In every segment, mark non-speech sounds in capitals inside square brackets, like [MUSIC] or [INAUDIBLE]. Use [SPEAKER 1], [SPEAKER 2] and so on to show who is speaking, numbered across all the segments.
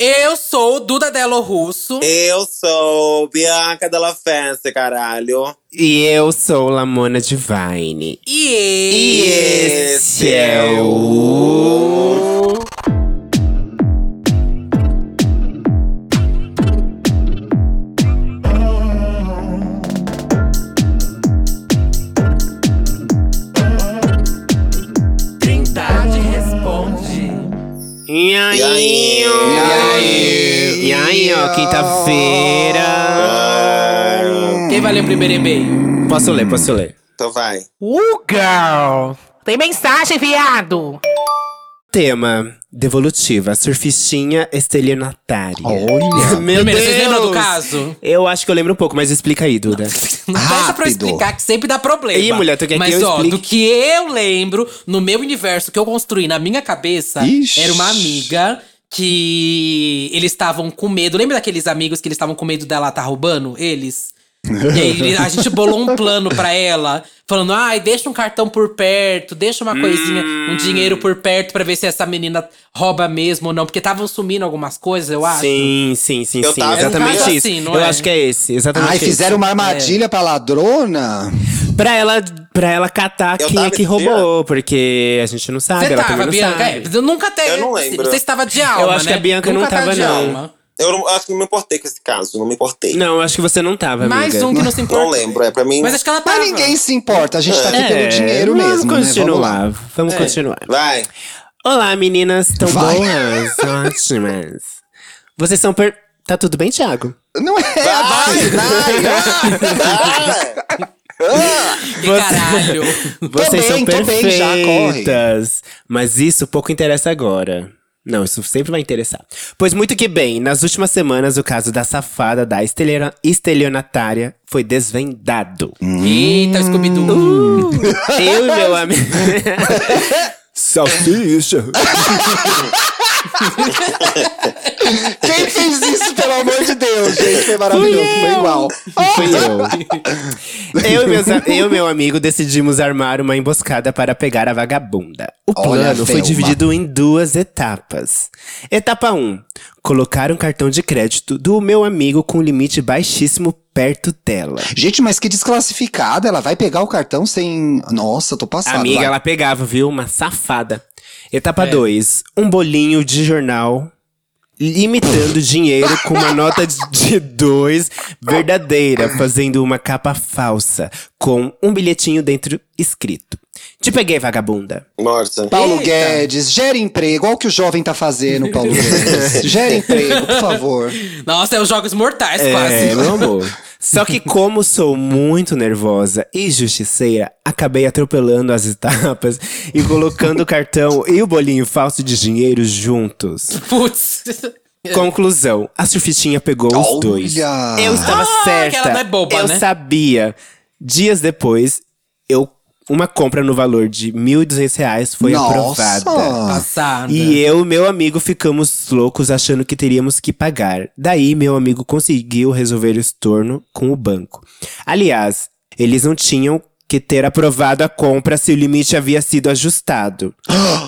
[SPEAKER 1] Eu sou o Duda Delo Russo.
[SPEAKER 2] Eu sou Bianca Della Fence, caralho.
[SPEAKER 3] E eu sou Lamona Divine.
[SPEAKER 1] E esse,
[SPEAKER 3] E esse é o.
[SPEAKER 1] Trindade responde.
[SPEAKER 3] E aí? E
[SPEAKER 2] E aí?
[SPEAKER 3] aí? E aí, ó, quinta-feira.
[SPEAKER 2] Ah,
[SPEAKER 1] Quem vai ler o primeiro e-mail?
[SPEAKER 3] Posso ler, posso ler.
[SPEAKER 2] então vai.
[SPEAKER 4] Uh, girl! Tem mensagem, viado!
[SPEAKER 3] Tema: Devolutiva, surfistinha estelionatária. [LAUGHS]
[SPEAKER 5] Olha.
[SPEAKER 3] Meu
[SPEAKER 1] primeiro,
[SPEAKER 3] Deus!
[SPEAKER 1] vocês lembram do caso?
[SPEAKER 3] Eu acho que eu lembro um pouco, mas explica aí,
[SPEAKER 1] [LAUGHS]
[SPEAKER 3] Duda.
[SPEAKER 1] Não peça pra eu
[SPEAKER 5] Rápido.
[SPEAKER 1] explicar, que sempre dá problema.
[SPEAKER 3] Ih, mulher, tu quer que
[SPEAKER 1] Mas,
[SPEAKER 3] eu
[SPEAKER 1] ó,
[SPEAKER 3] explique?
[SPEAKER 1] do que eu lembro, no meu universo que eu construí na minha cabeça,
[SPEAKER 5] Ixi.
[SPEAKER 1] era uma amiga que eles estavam com medo. Lembra daqueles amigos que eles estavam com medo dela tá roubando eles? E aí a gente bolou um plano pra ela, falando: ai, deixa um cartão por perto, deixa uma coisinha, um dinheiro por perto pra ver se essa menina rouba mesmo ou não. Porque estavam sumindo algumas coisas, eu acho.
[SPEAKER 3] Sim, sim, sim,
[SPEAKER 2] Eu
[SPEAKER 3] sim.
[SPEAKER 2] tava-
[SPEAKER 1] É
[SPEAKER 3] Exatamente
[SPEAKER 1] um caso
[SPEAKER 3] isso.
[SPEAKER 1] assim, não
[SPEAKER 3] eu
[SPEAKER 1] é?
[SPEAKER 3] acho que é esse. Exatamente
[SPEAKER 5] Ai,
[SPEAKER 3] esse.
[SPEAKER 5] fizeram uma armadilha pra ladrona?
[SPEAKER 3] Pra ela, pra ela catar
[SPEAKER 2] Eu
[SPEAKER 3] quem é
[SPEAKER 2] tava
[SPEAKER 3] que
[SPEAKER 2] esse
[SPEAKER 3] roubou, porque a gente não sabe.
[SPEAKER 1] Você
[SPEAKER 3] ela
[SPEAKER 1] tava,
[SPEAKER 3] também não
[SPEAKER 1] Bianca? É,
[SPEAKER 3] sabe.
[SPEAKER 1] eu nunca teve.
[SPEAKER 2] Eu não lembro.
[SPEAKER 1] Você estava de alma.
[SPEAKER 3] Eu acho
[SPEAKER 1] né?
[SPEAKER 3] que a Bianca
[SPEAKER 1] nunca
[SPEAKER 3] não
[SPEAKER 1] tá
[SPEAKER 3] tava,
[SPEAKER 1] de
[SPEAKER 3] não.
[SPEAKER 1] alma.
[SPEAKER 2] Eu não- acho que não me importei com esse caso, não me importei.
[SPEAKER 3] Não, acho que você não tava, amiga.
[SPEAKER 1] Mais um que não se importa.
[SPEAKER 2] Não lembro, é pra mim.
[SPEAKER 1] Mas acho que ela tava.
[SPEAKER 5] Mas ninguém se importa, a gente tá aqui
[SPEAKER 3] É,
[SPEAKER 5] pelo dinheiro
[SPEAKER 3] vamos
[SPEAKER 5] mesmo, né? Vamos
[SPEAKER 3] continuar,
[SPEAKER 5] lá.
[SPEAKER 2] É.
[SPEAKER 3] Vamos continuar.
[SPEAKER 2] Vai.
[SPEAKER 3] Olá, meninas. Tão
[SPEAKER 5] Vai. [LAUGHS]
[SPEAKER 3] boas? Ótimas. Vocês são per... Tá tudo bem, Thiago?
[SPEAKER 5] Não é a
[SPEAKER 2] Vai,
[SPEAKER 5] Dai,
[SPEAKER 2] vai, vai.
[SPEAKER 1] Que caralho.
[SPEAKER 3] [LAUGHS] Vocês
[SPEAKER 5] bem,
[SPEAKER 3] são
[SPEAKER 5] tô bem, já, corre.
[SPEAKER 3] perfeitas. Mas isso pouco interessa agora. Não, isso sempre vai interessar. Pois muito que bem, nas últimas semanas o caso da safada da estelera- estelionatária foi desvendado.
[SPEAKER 1] Eita, Scooby-Doo.
[SPEAKER 3] Uh. Eu e meu amigo. Salsicha.
[SPEAKER 5] Quem fez isso, pelo amor de Deus, gente? Foi maravilhoso, foi igual.
[SPEAKER 3] Fui eu. Eu e, meus a- eu e meu amigo decidimos armar uma emboscada para pegar a vagabunda. O
[SPEAKER 5] Olha,
[SPEAKER 3] plano foi
[SPEAKER 5] Thelma.
[SPEAKER 3] dividido em duas etapas. Etapa 1: colocar um cartão de crédito do meu amigo com limite baixíssimo perto dela.
[SPEAKER 5] Gente, mas que desclassificada, ela vai pegar o cartão sem... Nossa, tô passada.
[SPEAKER 3] Amiga,
[SPEAKER 5] vai.
[SPEAKER 3] ela é pegava, viu? Uma safada. Etapa 2: um bolinho de jornal limitando dinheiro com uma nota de- de dois verdadeira, fazendo uma capa falsa, com um bilhetinho dentro escrito. Te peguei, vagabunda.
[SPEAKER 2] Morta.
[SPEAKER 5] Paulo Guedes, gera emprego. Olha o que o jovem tá fazendo, Paulo Guedes.
[SPEAKER 3] [LAUGHS]
[SPEAKER 5] Gera emprego, por favor.
[SPEAKER 1] Nossa, é os Jogos Mortais,
[SPEAKER 3] É,
[SPEAKER 1] quase.
[SPEAKER 3] meu amor. Só que como sou muito nervosa e justiceira, acabei atropelando as etapas e colocando o cartão e o bolinho falso de dinheiro juntos.
[SPEAKER 1] Putz.
[SPEAKER 3] [LAUGHS] Conclusão, a surfistinha pegou os
[SPEAKER 5] Olha!
[SPEAKER 3] dois. Eu estava
[SPEAKER 1] Ah,
[SPEAKER 3] certa.
[SPEAKER 1] que ela não é boba,
[SPEAKER 3] eu
[SPEAKER 1] né?
[SPEAKER 3] sabia. Dias depois, eu uma compra no valor de R$ 1.200 reais foi
[SPEAKER 5] Nossa.
[SPEAKER 3] aprovada.
[SPEAKER 1] Passada.
[SPEAKER 3] E eu e meu amigo ficamos loucos achando que teríamos que pagar. Daí, meu amigo conseguiu resolver o estorno com o banco. Aliás, eles não tinham que ter aprovado a compra se o limite havia sido ajustado.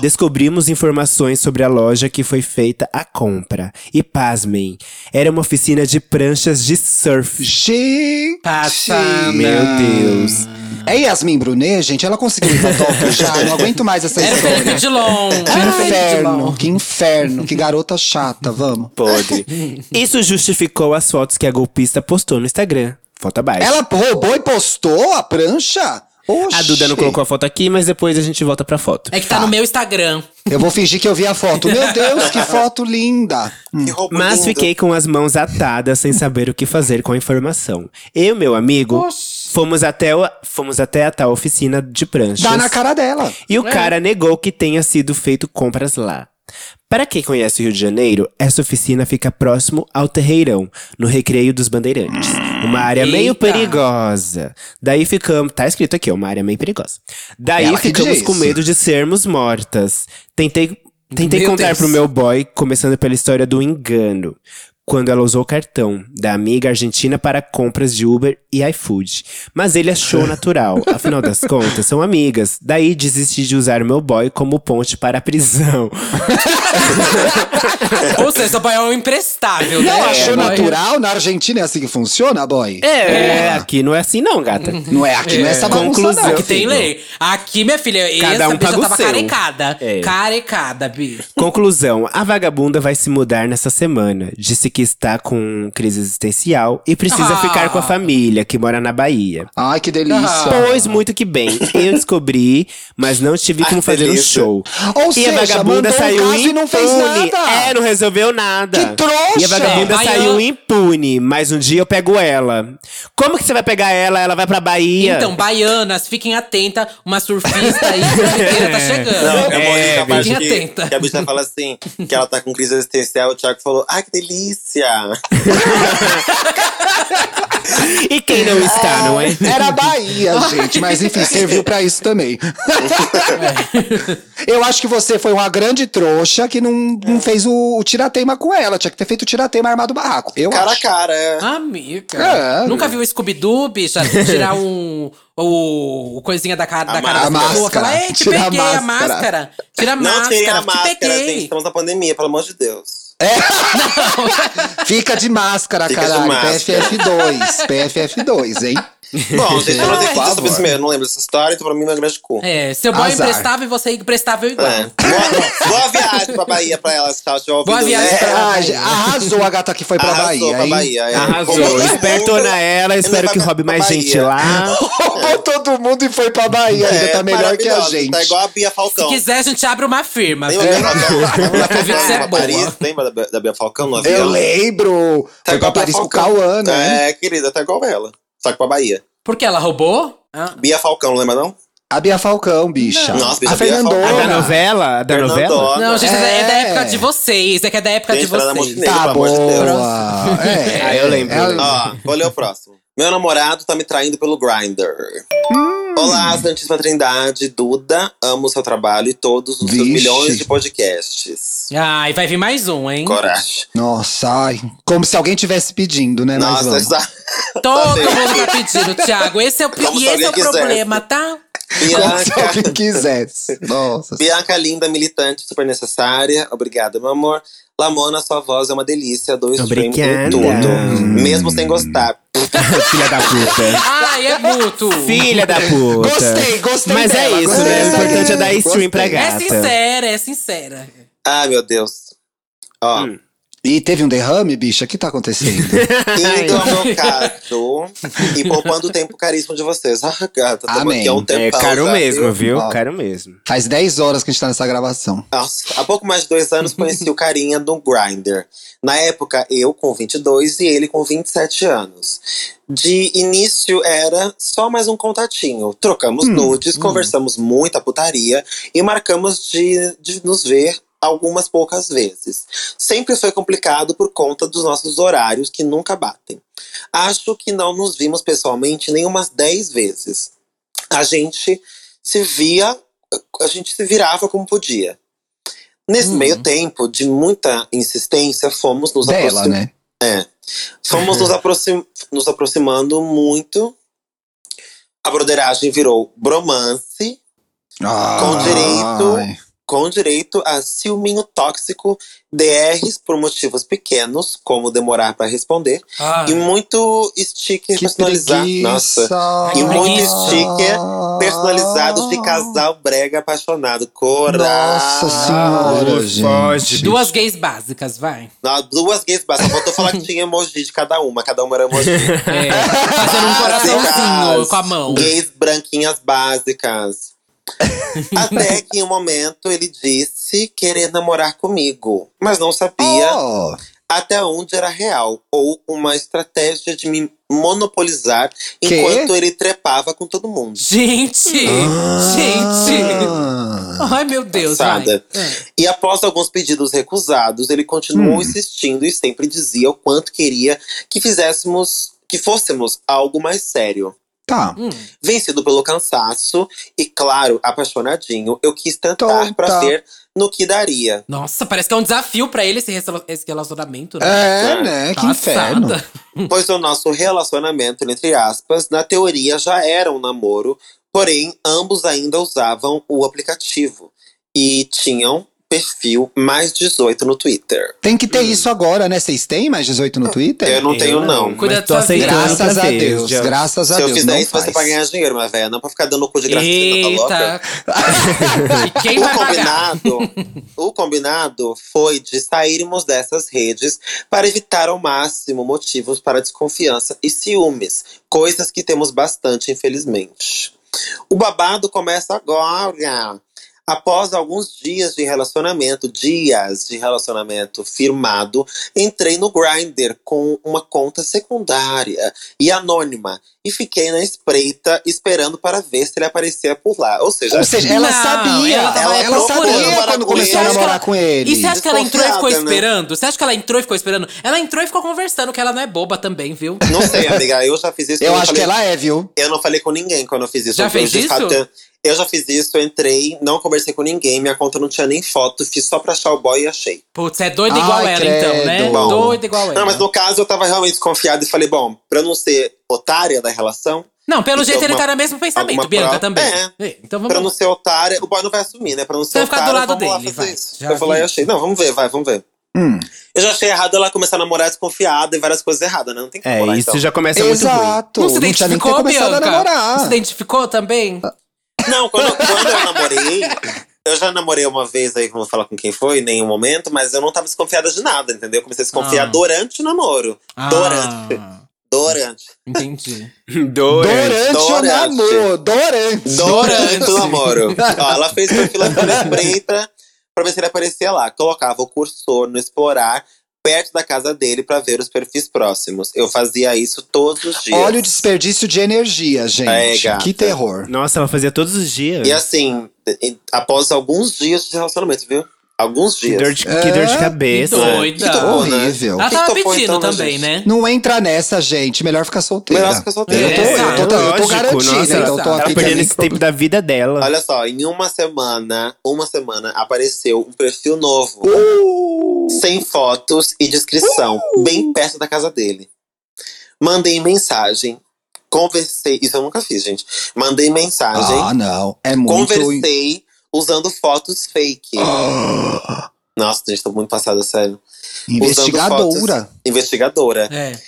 [SPEAKER 3] Descobrimos informações sobre a loja que foi feita a compra. E pasmem, era uma oficina de pranchas de surf.
[SPEAKER 5] Gente!
[SPEAKER 1] Passada.
[SPEAKER 3] Meu Deus.
[SPEAKER 5] É Yasmin Brunet, gente? Ela conseguiu ir pra Tóquio já. Não aguento mais essa
[SPEAKER 1] Era o
[SPEAKER 5] história.
[SPEAKER 1] Felipe
[SPEAKER 3] [LAUGHS]
[SPEAKER 1] Dilon.
[SPEAKER 5] Que
[SPEAKER 1] Era o Felipe
[SPEAKER 5] inferno,
[SPEAKER 1] Dilon.
[SPEAKER 5] que inferno, que garota chata, vamos.
[SPEAKER 3] Podre. Isso justificou as fotos que a golpista postou no Instagram. Foto abaixo.
[SPEAKER 5] Ela roubou e postou a prancha? Oxi.
[SPEAKER 3] A Duda não colocou a foto aqui, mas depois a gente volta pra foto.
[SPEAKER 1] É que tá no meu
[SPEAKER 3] [LAUGHS]
[SPEAKER 1] Instagram.
[SPEAKER 5] Eu vou fingir que eu vi a foto. Meu Deus, que
[SPEAKER 3] [LAUGHS]
[SPEAKER 5] foto linda!
[SPEAKER 2] Que roubo
[SPEAKER 3] Mas
[SPEAKER 2] lindo.
[SPEAKER 3] fiquei com as mãos atadas sem saber o que fazer com a informação. Eu, meu amigo, fomos até, o- fomos até a tal oficina de pranchas.
[SPEAKER 5] Dá na cara dela.
[SPEAKER 3] E o cara negou que tenha sido feito compras lá. Para quem conhece o Rio de Janeiro, essa oficina fica próximo ao Terreirão, no Recreio dos Bandeirantes. Uma área meio
[SPEAKER 1] Eita.
[SPEAKER 3] perigosa. Daí ficamos. Tá escrito aqui, ó, uma área meio perigosa. Daí
[SPEAKER 5] Ela que
[SPEAKER 3] ficamos
[SPEAKER 5] diz.
[SPEAKER 3] com medo de sermos mortas. Tentei, tentei
[SPEAKER 1] Meu
[SPEAKER 3] contar
[SPEAKER 1] Deus.
[SPEAKER 3] pro meu boy, começando pela história do engano. quando ela usou o cartão da amiga argentina para compras de Uber e iFood. Mas ele achou natural, afinal das contas, são amigas. Daí desisti de usar meu boy como ponte para a prisão.
[SPEAKER 1] Ou seja, seu pai é um emprestável, né?
[SPEAKER 5] Não, achou
[SPEAKER 1] É,
[SPEAKER 5] natural? Na Argentina é assim que funciona, boy?
[SPEAKER 3] É, aqui não é assim não, gata.
[SPEAKER 5] Não é, aqui não é essa bagunça
[SPEAKER 3] Conclusão.
[SPEAKER 5] não.
[SPEAKER 1] Que um tem lei. Aqui, minha filha,
[SPEAKER 3] Cada
[SPEAKER 1] essa
[SPEAKER 3] um
[SPEAKER 1] bicha
[SPEAKER 3] paga o
[SPEAKER 1] tava
[SPEAKER 3] seu.
[SPEAKER 1] carecada.
[SPEAKER 3] É.
[SPEAKER 1] Carecada, bicho.
[SPEAKER 3] Conclusão: a vagabunda vai se mudar nessa semana. Disse que está com crise existencial e precisa
[SPEAKER 1] Ah.
[SPEAKER 3] ficar com a família, que mora na Bahia.
[SPEAKER 5] Ai, que delícia.
[SPEAKER 3] Pois muito que bem, eu descobri, mas não tive
[SPEAKER 2] Ai,
[SPEAKER 3] como
[SPEAKER 2] que
[SPEAKER 3] fazer um
[SPEAKER 2] delícia.
[SPEAKER 3] show.
[SPEAKER 5] Ou
[SPEAKER 3] e
[SPEAKER 5] seja,
[SPEAKER 3] a vagabunda
[SPEAKER 5] mandou um
[SPEAKER 3] saiu
[SPEAKER 5] caso
[SPEAKER 3] impune.
[SPEAKER 5] e não fez nada.
[SPEAKER 3] É, não resolveu nada.
[SPEAKER 5] Que trouxa!
[SPEAKER 3] E a vagabunda
[SPEAKER 1] Bahia-
[SPEAKER 3] saiu impune, mas um dia eu pego ela. Como que você vai pegar ela? Ela vai pra Bahia.
[SPEAKER 1] Então, baianas, fiquem atentas. Uma surfista
[SPEAKER 2] [LAUGHS]
[SPEAKER 1] aí inteira tá
[SPEAKER 2] É. Não,
[SPEAKER 1] chegando.
[SPEAKER 2] eu vou
[SPEAKER 3] É,
[SPEAKER 2] é, a parte
[SPEAKER 1] bicha.
[SPEAKER 2] que,
[SPEAKER 1] Atenta.
[SPEAKER 2] que a bicha fala assim, que ela tá com crise existencial. O Thiago falou, ai, que delícia.
[SPEAKER 3] e quem não está, não é?
[SPEAKER 5] [LAUGHS] Era Bahia, gente, mas enfim, serviu pra isso também. Eu acho que você foi uma grande trouxa que não, não fez o, o tiratema com ela. Tinha que ter feito o tiratema armado barraco. Eu
[SPEAKER 2] Cara a
[SPEAKER 5] acho.
[SPEAKER 2] cara. é.
[SPEAKER 1] Ah, Amiga.
[SPEAKER 5] Cara.
[SPEAKER 1] Nunca viu o Scooby-Doo, bicha? Tirar um. O, o coisinha da cara, da cara da
[SPEAKER 5] máscara.
[SPEAKER 1] pessoa. Falar, ei, te
[SPEAKER 5] Tirar a
[SPEAKER 1] peguei a
[SPEAKER 5] máscara."
[SPEAKER 1] máscara. Tira a
[SPEAKER 2] Não
[SPEAKER 1] máscara,
[SPEAKER 2] tirei a
[SPEAKER 1] te
[SPEAKER 2] máscara,
[SPEAKER 1] peguei.
[SPEAKER 2] gente. então- Estamos na pandemia, pelo amor de Deus.
[SPEAKER 5] Fica de máscara,
[SPEAKER 2] Fica de
[SPEAKER 5] caralho.
[SPEAKER 2] máscara.
[SPEAKER 5] PFF2. PFF2 hein?
[SPEAKER 2] Bom, gente, eu não
[SPEAKER 5] Por
[SPEAKER 2] tenho que dizer
[SPEAKER 5] favor.
[SPEAKER 2] sobre isso mesmo. Não lembro dessa história, então pra mim não é grande cu.
[SPEAKER 1] É, seu boy
[SPEAKER 5] Azar.
[SPEAKER 1] emprestava e você emprestável igual.
[SPEAKER 2] É. Boa, boa viagem pra Bahia pra ela, se tá ouvindo,
[SPEAKER 1] Boa viagem
[SPEAKER 5] É,
[SPEAKER 2] né?
[SPEAKER 1] pra-
[SPEAKER 5] a- arrasou a gata que foi pra
[SPEAKER 2] Arrasou
[SPEAKER 5] Bahia,
[SPEAKER 2] pra
[SPEAKER 5] hein?
[SPEAKER 2] Bahia. é.
[SPEAKER 3] Arrasou.
[SPEAKER 2] Roubou
[SPEAKER 3] Espertona
[SPEAKER 2] tudo,
[SPEAKER 3] ela,
[SPEAKER 2] e
[SPEAKER 3] espero
[SPEAKER 2] leva
[SPEAKER 3] que roube
[SPEAKER 2] pra
[SPEAKER 3] mais
[SPEAKER 2] Bahia.
[SPEAKER 3] gente lá.
[SPEAKER 5] Roubou todo mundo e foi pra Bahia. Ainda
[SPEAKER 2] É,
[SPEAKER 5] tá melhor que a
[SPEAKER 2] maravilhosa,
[SPEAKER 5] gente.
[SPEAKER 2] Tá igual a Bia
[SPEAKER 1] Se
[SPEAKER 2] Falcão.
[SPEAKER 1] quiser, a gente abre uma firma.
[SPEAKER 3] né?
[SPEAKER 2] Lembra da Bia Falcão? Lembra da Bia
[SPEAKER 1] Deve
[SPEAKER 2] Falcão
[SPEAKER 1] ser
[SPEAKER 2] pra
[SPEAKER 1] boa.
[SPEAKER 2] Paris? Lembra da, da Bia Falcão no avião?
[SPEAKER 5] Eu lembro.
[SPEAKER 2] Tá
[SPEAKER 5] foi pra
[SPEAKER 2] igual a Bia
[SPEAKER 5] Paris com o
[SPEAKER 2] Falcão.
[SPEAKER 5] Cauã, né?
[SPEAKER 2] É, querida, tá igual ela. Só que pra Bahia.
[SPEAKER 1] Porque ela roubou? Ah.
[SPEAKER 2] Bia Falcão, não lembra não?
[SPEAKER 5] A Bia Falcão, bicha.
[SPEAKER 2] Não. Nossa, bicha,
[SPEAKER 5] a
[SPEAKER 2] a Bia
[SPEAKER 5] Fernandona.
[SPEAKER 3] A
[SPEAKER 2] Falcão.
[SPEAKER 3] da novela? A da novela?
[SPEAKER 2] Fernandona.
[SPEAKER 1] Não, gente, é. da- é da
[SPEAKER 5] É.
[SPEAKER 1] época de vocês. É que é da época
[SPEAKER 2] Gente,
[SPEAKER 1] de
[SPEAKER 2] pelo amor de
[SPEAKER 1] vocês.
[SPEAKER 2] Deus.
[SPEAKER 5] Tá
[SPEAKER 2] pelo amor de [LAUGHS]
[SPEAKER 5] boa. É,
[SPEAKER 3] Ah, eu lembro.
[SPEAKER 5] ela-
[SPEAKER 2] Ó, vou ler o próximo. Meu namorado tá me traindo pelo Grindr.
[SPEAKER 5] Hum.
[SPEAKER 2] Olá, Santíssima Trindade, Duda. Amo o seu trabalho e todos os seus
[SPEAKER 5] Vixe.
[SPEAKER 2] milhões de podcasts.
[SPEAKER 1] Ai, vai vir mais um, hein?
[SPEAKER 2] Coragem.
[SPEAKER 5] Nossa, ai. Como se alguém tivesse pedindo, né? Mas
[SPEAKER 2] Nossa,
[SPEAKER 5] vamos.
[SPEAKER 2] essa...
[SPEAKER 1] Todo
[SPEAKER 2] [LAUGHS] Tá
[SPEAKER 1] mundo tá pedindo, Thiago. Esse é o,
[SPEAKER 2] Como
[SPEAKER 1] e
[SPEAKER 2] se
[SPEAKER 1] esse
[SPEAKER 2] alguém
[SPEAKER 1] é o
[SPEAKER 2] quisesse.
[SPEAKER 1] problema, tá?
[SPEAKER 5] [LAUGHS]
[SPEAKER 2] é,
[SPEAKER 5] Como tá se alguém
[SPEAKER 2] Bianca.
[SPEAKER 5] quisesse. Nossa.
[SPEAKER 2] Bianca linda, militante, super necessária. Obrigada, meu amor. Lamona, sua voz é uma delícia. Dois stream
[SPEAKER 3] Obrigada.
[SPEAKER 2] em tudo. Mesmo sem gostar.
[SPEAKER 3] [LAUGHS] Filha da
[SPEAKER 5] [LAUGHS]
[SPEAKER 3] puta.
[SPEAKER 1] Ai, é mútuo.
[SPEAKER 3] Filha da puta.
[SPEAKER 5] Gostei, gostei
[SPEAKER 3] Mas
[SPEAKER 5] dela,
[SPEAKER 3] é isso,
[SPEAKER 5] gostei
[SPEAKER 3] né? O
[SPEAKER 5] dela.
[SPEAKER 3] importante é dar stream pra
[SPEAKER 1] É
[SPEAKER 3] gata.
[SPEAKER 1] sincera, é sincera.
[SPEAKER 2] Ai, meu Deus. Ó,
[SPEAKER 5] E teve um derrame, bicha? O que
[SPEAKER 2] [LAUGHS]
[SPEAKER 5] tá acontecendo?
[SPEAKER 2] indo ao meu caso e poupando o tempo caríssimo de vocês. Ah, gata, tamo
[SPEAKER 5] Amém.
[SPEAKER 2] aqui há um tempão.
[SPEAKER 3] É caro
[SPEAKER 2] já,
[SPEAKER 3] mesmo, viu?
[SPEAKER 5] Ó.
[SPEAKER 3] Caro mesmo.
[SPEAKER 5] Faz 10 horas que a gente tá nessa gravação.
[SPEAKER 2] Nossa, há pouco mais de dois anos conheci o carinha do Grindr. Na época, eu com 22 e ele com 27 anos. De início era só mais um contatinho.
[SPEAKER 5] Hum,
[SPEAKER 2] Trocamos nudes, conversamos muita putaria e marcamos de, de nos ver algumas poucas vezes. Sempre foi complicado por conta dos nossos horários que nunca batem. Acho que não nos vimos pessoalmente nem umas 10 vezes. A gente se via, a gente se virava como podia. Nesse
[SPEAKER 1] Hum.
[SPEAKER 2] meio tempo de muita insistência, fomos nos,
[SPEAKER 5] Dela,
[SPEAKER 2] aproxim...
[SPEAKER 5] né?
[SPEAKER 2] é. fomos nos, aproxim... nos aproximando muito. A broderagem virou bromance, Com direito.
[SPEAKER 5] Ai.
[SPEAKER 2] com direito a ciúminho tóxico, DRs por motivos pequenos, como demorar para responder,
[SPEAKER 1] Ai.
[SPEAKER 2] e muito sticker
[SPEAKER 5] Ah. Que
[SPEAKER 2] personalizado.
[SPEAKER 5] preguiça.
[SPEAKER 2] Nossa.
[SPEAKER 1] E um monte de
[SPEAKER 2] sticker Personalizados de casal brega apaixonado. Coragem.
[SPEAKER 5] Nossa senhora,
[SPEAKER 3] Ah,
[SPEAKER 5] gente.
[SPEAKER 3] foge.
[SPEAKER 1] Duas gays básicas, vai.
[SPEAKER 2] Não, Duas gays, só faltou falar que tinha emoji de cada uma, cada uma era emoji.
[SPEAKER 1] É, fazendo um coraçãozinho com a mão.
[SPEAKER 2] Ah, Gays branquinhas básicas. Até que em um momento ele disse querer namorar comigo, mas não sabia
[SPEAKER 5] Oh,
[SPEAKER 2] até onde era real ou uma estratégia de me monopolizar
[SPEAKER 5] Quê?
[SPEAKER 2] enquanto ele trepava com todo mundo.
[SPEAKER 1] Gente! Gente!
[SPEAKER 5] ah.
[SPEAKER 1] Ai, meu Deus, vai. Ah,
[SPEAKER 2] Passada. E após alguns pedidos recusados, ele continuou insistindo e sempre dizia o quanto queria que fizéssemos, que fôssemos algo mais sério.
[SPEAKER 5] Tá.
[SPEAKER 1] Hum.
[SPEAKER 2] Vencido pelo cansaço e, claro, apaixonadinho, eu quis tentar
[SPEAKER 5] Tonta.
[SPEAKER 2] pra ser no que daria.
[SPEAKER 1] Nossa, parece que é um desafio pra ele esse rela- esse relacionamento, né?
[SPEAKER 5] É, né?
[SPEAKER 2] Ah,
[SPEAKER 5] Que
[SPEAKER 1] Passada.
[SPEAKER 5] inferno.
[SPEAKER 2] Pois o nosso relacionamento, entre aspas, na teoria já era um namoro, porém ambos ainda usavam o aplicativo e tinham perfil mais 18 no Twitter.
[SPEAKER 5] Tem que ter isso agora, né? Vocês têm mais 18 no Twitter?
[SPEAKER 2] Eu não tenho, não.
[SPEAKER 1] Cuida da
[SPEAKER 3] Mas tô
[SPEAKER 1] sua vida.
[SPEAKER 3] aceitando pra
[SPEAKER 5] Graças a
[SPEAKER 3] vocês,
[SPEAKER 5] Deus,
[SPEAKER 3] já.
[SPEAKER 5] graças a
[SPEAKER 2] Se eu
[SPEAKER 5] Deus.
[SPEAKER 2] fizer
[SPEAKER 5] não
[SPEAKER 2] isso, vai ser pra
[SPEAKER 5] faz.
[SPEAKER 2] ganhar dinhear, minha velha. Não pra ficar dando cu de gracinha, tá louca?
[SPEAKER 1] Eita!
[SPEAKER 2] [LAUGHS]
[SPEAKER 1] e quem vai
[SPEAKER 2] o
[SPEAKER 1] pagar?
[SPEAKER 2] combinado, o combinado foi de sairmos dessas redes para evitar ao máximo motivos para desconfiança e ciúmes, coisas que temos bastante, infelizmente. O babado começa agora. Após alguns dias de relacionamento, dias de relacionamento firmado, entrei no Grindr com uma conta secundária e anônima e fiquei na espreita esperando para ver se ele aparecia por lá. Ou seja,
[SPEAKER 5] Ou seja, ela
[SPEAKER 1] Não,
[SPEAKER 5] sabia.
[SPEAKER 1] ela tava
[SPEAKER 5] Ela, ela
[SPEAKER 1] procurando
[SPEAKER 5] sabia
[SPEAKER 2] namorar
[SPEAKER 5] quando
[SPEAKER 2] com
[SPEAKER 5] começou a
[SPEAKER 2] ele.
[SPEAKER 5] namorar
[SPEAKER 1] Você acha
[SPEAKER 5] com ele.
[SPEAKER 1] E você acha que ela entrou e ficou
[SPEAKER 2] Desconfiada, né?
[SPEAKER 1] esperando? Você acha que ela entrou e ficou esperando? Ela entrou e ficou conversando, que ela não é boba também, viu?
[SPEAKER 2] Não sei, amiga. Eu já fiz isso.
[SPEAKER 5] Eu
[SPEAKER 2] não
[SPEAKER 5] acho que
[SPEAKER 2] falei-
[SPEAKER 5] ela é, viu?
[SPEAKER 2] Eu não falei com ninguém quando eu fiz isso.
[SPEAKER 1] Já
[SPEAKER 2] eu
[SPEAKER 1] fez
[SPEAKER 2] de
[SPEAKER 1] isso?
[SPEAKER 2] fato- eu já fiz isso, eu entrei, não conversei com ninguém, minha conta não tinha nem foto, fiz só pra achar o boy e achei.
[SPEAKER 1] Putz, é doida
[SPEAKER 5] Ai,
[SPEAKER 1] igual ela, então, né?
[SPEAKER 5] credo.
[SPEAKER 2] Bom.
[SPEAKER 1] Doida igual ela.
[SPEAKER 2] Não, mas no caso eu tava realmente desconfiado e falei, bom, pra eu não ser otária da relação,
[SPEAKER 1] Não, pelo
[SPEAKER 2] Isso
[SPEAKER 1] jeito
[SPEAKER 2] é
[SPEAKER 1] ele
[SPEAKER 2] uma-
[SPEAKER 1] tá no mesmo pensamento,
[SPEAKER 2] alguma
[SPEAKER 1] Bianca
[SPEAKER 2] prova?
[SPEAKER 1] também.
[SPEAKER 2] É.
[SPEAKER 1] É, Então
[SPEAKER 2] pra eu
[SPEAKER 1] vamos
[SPEAKER 2] não
[SPEAKER 1] lá.
[SPEAKER 2] ser otária, o boy não vai assumir, né? Pra eu não
[SPEAKER 1] Você
[SPEAKER 2] ser
[SPEAKER 1] vai
[SPEAKER 2] otária,
[SPEAKER 1] ficar do lado
[SPEAKER 2] vamos lá
[SPEAKER 1] dele,
[SPEAKER 2] fazer
[SPEAKER 1] vai.
[SPEAKER 2] isso.
[SPEAKER 1] Já
[SPEAKER 2] eu fui lá
[SPEAKER 1] vi.
[SPEAKER 2] e achei. Não, vamos ver, vai, vamos ver.
[SPEAKER 5] Hum.
[SPEAKER 2] Eu já achei errado ela começar a namorar desconfiada e várias coisas erradas, né? Não tem como
[SPEAKER 3] É,
[SPEAKER 2] rolar,
[SPEAKER 3] isso
[SPEAKER 2] então.
[SPEAKER 3] já começa muito ruim. [LAUGHS]
[SPEAKER 5] Exato.
[SPEAKER 1] Não se
[SPEAKER 5] tinha nem que ter
[SPEAKER 1] identificou,
[SPEAKER 5] começado
[SPEAKER 1] Bianca?
[SPEAKER 5] a namorar.
[SPEAKER 1] Não se identificou também?
[SPEAKER 2] Não, quando, quando eu namorei, eu já namorei uma vez aí, que eu não vou falar com quem foi, em nenhum momento, mas eu não tava desconfiada de nada, entendeu? Eu comecei a desconfiar
[SPEAKER 1] Ah.
[SPEAKER 2] durante o namoro. Durante.
[SPEAKER 1] Ah,
[SPEAKER 2] Durante. [LAUGHS]
[SPEAKER 1] entendi.
[SPEAKER 3] Dora.
[SPEAKER 5] Durante o
[SPEAKER 2] Dorante.
[SPEAKER 5] namoro. Durante.
[SPEAKER 2] Durante o namoro. Ó, ela fez perfil na espreita pra ver se ele aparecia lá. Colocava o cursor no explorar perto da casa dele pra ver os perfis próximos. Eu fazia isso todos os dias.
[SPEAKER 5] Olha o desperdício de energia,
[SPEAKER 2] É,
[SPEAKER 5] gente.
[SPEAKER 2] gata.
[SPEAKER 5] que terror.
[SPEAKER 3] Nossa, ela fazia todos os dias.
[SPEAKER 2] E assim, e- após alguns dias de relacionamento, viu? Alguns
[SPEAKER 3] Que
[SPEAKER 2] dias.
[SPEAKER 3] dor de, que dor
[SPEAKER 1] É.
[SPEAKER 3] de
[SPEAKER 2] É.
[SPEAKER 3] cabeça.
[SPEAKER 1] Doida.
[SPEAKER 2] Que topou, né?
[SPEAKER 5] Horrível.
[SPEAKER 1] Ela
[SPEAKER 2] Que
[SPEAKER 1] tava
[SPEAKER 2] topou,
[SPEAKER 1] pedindo
[SPEAKER 2] então, né,
[SPEAKER 1] também,
[SPEAKER 2] gente?
[SPEAKER 1] né?
[SPEAKER 5] Não entra nessa, gente. Melhor ficar solteira.
[SPEAKER 2] Melhor ficar solteira.
[SPEAKER 5] Eu tô,
[SPEAKER 1] É,
[SPEAKER 5] eu tô, eu tô
[SPEAKER 3] lógico,
[SPEAKER 5] garantida,
[SPEAKER 3] nossa.
[SPEAKER 5] então eu
[SPEAKER 1] Ela
[SPEAKER 5] tô aqui
[SPEAKER 3] Ela
[SPEAKER 5] também.
[SPEAKER 3] perdendo esse tempo da vida dela.
[SPEAKER 2] Olha só, em uma semana, uma semana, apareceu um perfil novo.
[SPEAKER 5] Uh!
[SPEAKER 2] Sem fotos e descrição, bem perto da casa dele. Mandei mensagem, conversei. Isso eu nunca fiz, gente. Mandei mensagem,
[SPEAKER 5] Ah, não. É muito.
[SPEAKER 2] conversei usando fotos fake.
[SPEAKER 5] Ah,
[SPEAKER 2] Nossa, gente, tô muito passada, sério. assim.
[SPEAKER 5] investigadora.
[SPEAKER 2] Investigadora.
[SPEAKER 1] É.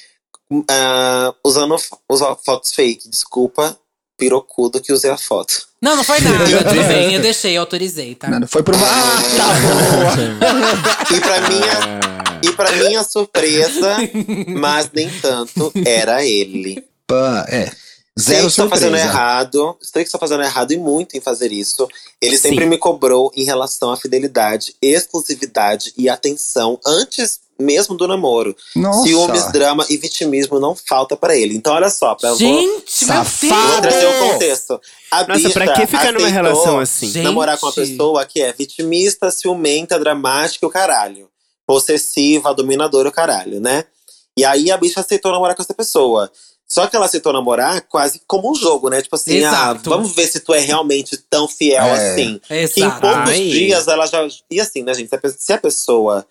[SPEAKER 2] Ah, usando fo- usa- fotos fake, desculpa, pirocudo que usei a foto.
[SPEAKER 1] Não, não
[SPEAKER 2] [LAUGHS]
[SPEAKER 1] foi nada. Eu, também, eu deixei, eu autorizei, tá?
[SPEAKER 5] Não, não foi pro. Ah, [LAUGHS] tá boa.
[SPEAKER 2] E pra minha, e pra minha surpresa,
[SPEAKER 3] [LAUGHS]
[SPEAKER 2] mas nem tanto, era ele.
[SPEAKER 5] Pã, é.
[SPEAKER 2] sei que
[SPEAKER 5] Zero
[SPEAKER 2] estou tá fazendo
[SPEAKER 5] surpresa.
[SPEAKER 2] errado, sei que estou fazendo errado e muito em fazer isso. Ele
[SPEAKER 3] Sim.
[SPEAKER 2] sempre me cobrou em relação à fidelidade, exclusividade e atenção antes mesmo do namoro. Ciúmes,
[SPEAKER 5] Nossa.
[SPEAKER 2] drama e vitimismo não falta pra ele. então olha só, pra vou,
[SPEAKER 1] Gente, meu
[SPEAKER 5] Safado.
[SPEAKER 1] Deus!
[SPEAKER 2] vou trazer o contexto. A
[SPEAKER 3] Nossa, pra
[SPEAKER 2] bicha
[SPEAKER 3] que ficar numa
[SPEAKER 2] aceitou
[SPEAKER 3] relação assim?
[SPEAKER 1] Gente.
[SPEAKER 2] namorar com uma pessoa que é vitimista, ciumenta, dramática e o caralho. Possessiva, dominadora e o caralho, né? E aí a bicha aceitou namorar com essa pessoa. Só que ela aceitou namorar quase como um jogo, né? Tipo assim, ah,
[SPEAKER 1] Exato.
[SPEAKER 2] vamos ver se tu é realmente tão fiel
[SPEAKER 5] É.
[SPEAKER 2] assim. Que em
[SPEAKER 1] Exato.
[SPEAKER 2] poucos
[SPEAKER 3] Ai.
[SPEAKER 2] dias ela já. E assim, né, gente? Se a pe- Se a pessoa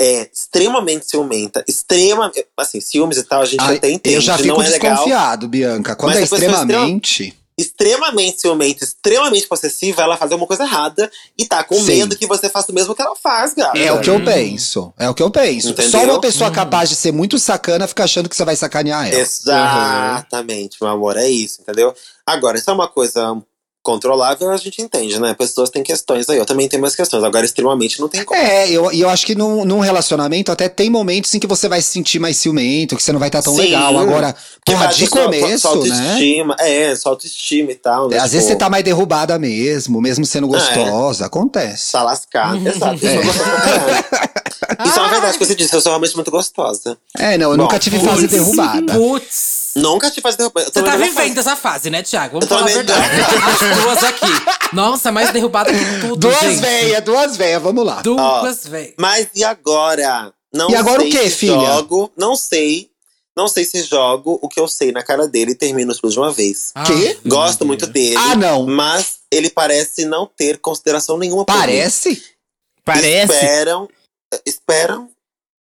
[SPEAKER 2] é extremamente ciumenta, extrema. Assim, ciúmes e tal, a gente
[SPEAKER 5] Ai,
[SPEAKER 2] até entende.
[SPEAKER 5] eu já fico
[SPEAKER 2] não é legal
[SPEAKER 5] desconfiado, Bianca. Quando
[SPEAKER 2] Mas
[SPEAKER 5] é
[SPEAKER 2] a pessoa
[SPEAKER 5] extremamente.
[SPEAKER 2] extremamente ciumenta, extremamente possessiva, ela fazer uma coisa errada e tá com
[SPEAKER 5] Sim.
[SPEAKER 2] medo que você faça o mesmo que ela faz, gata.
[SPEAKER 5] É o que
[SPEAKER 1] Hum.
[SPEAKER 5] eu penso. É o que eu penso.
[SPEAKER 2] Entendeu?
[SPEAKER 5] Só uma pessoa capaz de ser muito sacana fica achando que você vai sacanear ela.
[SPEAKER 2] Exatamente, meu amor, é isso, entendeu? Agora, isso é uma coisa controlável, a gente entende, né? Pessoas têm questões aí, eu também tenho minhas questões. Agora, extremamente não tem como.
[SPEAKER 5] É, eu, e eu acho que num, num relacionamento até tem momentos em que você vai se sentir mais ciumento, que você não vai estar tão
[SPEAKER 2] Sim.
[SPEAKER 5] legal. Agora,
[SPEAKER 2] Porque
[SPEAKER 5] porra,
[SPEAKER 2] às
[SPEAKER 5] de
[SPEAKER 2] vezes sua- sua
[SPEAKER 5] começo, né?
[SPEAKER 2] autoestima, É, sua autoestima e tal. Né?
[SPEAKER 5] Às vezes você
[SPEAKER 2] Tipo, É.
[SPEAKER 5] tá mais derrubada mesmo, mesmo sendo gostosa. Acontece.
[SPEAKER 2] Tá lascado,
[SPEAKER 1] Uhum.
[SPEAKER 2] exato.
[SPEAKER 5] É.
[SPEAKER 2] Eu sou gostosa
[SPEAKER 1] [LAUGHS]
[SPEAKER 2] pra caralho. Isso é uma verdade que você disse, eu sou realmente muito gostosa.
[SPEAKER 5] É, não, eu
[SPEAKER 2] Bom,
[SPEAKER 5] nunca tive fase
[SPEAKER 1] Putz,
[SPEAKER 5] derrubada.
[SPEAKER 1] Putz.
[SPEAKER 2] Nunca te faz derrubar.
[SPEAKER 1] Você tá vivendo essa fase, né, Thiago? Vamos
[SPEAKER 2] Eu tô
[SPEAKER 1] falar a
[SPEAKER 2] vendo.
[SPEAKER 1] verdade. As duas aqui. Nossa, mais derrubada que tudo,
[SPEAKER 5] Duas
[SPEAKER 1] gente.
[SPEAKER 5] veias, duas veias, vamos lá.
[SPEAKER 1] Duas velhas.
[SPEAKER 2] Mas e agora? Não
[SPEAKER 5] E agora
[SPEAKER 2] sei
[SPEAKER 5] o quê,
[SPEAKER 2] se
[SPEAKER 5] filha?
[SPEAKER 2] Jogo, não sei. Não sei se jogo o que eu sei na cara dele e termino tudo de uma vez.
[SPEAKER 1] Ah.
[SPEAKER 5] Quê?
[SPEAKER 2] Gosto muito dele.
[SPEAKER 5] Ah, não.
[SPEAKER 2] Mas ele parece não ter consideração nenhuma por mim.
[SPEAKER 5] Parece?
[SPEAKER 3] Parece.
[SPEAKER 2] Esperam. Esperam.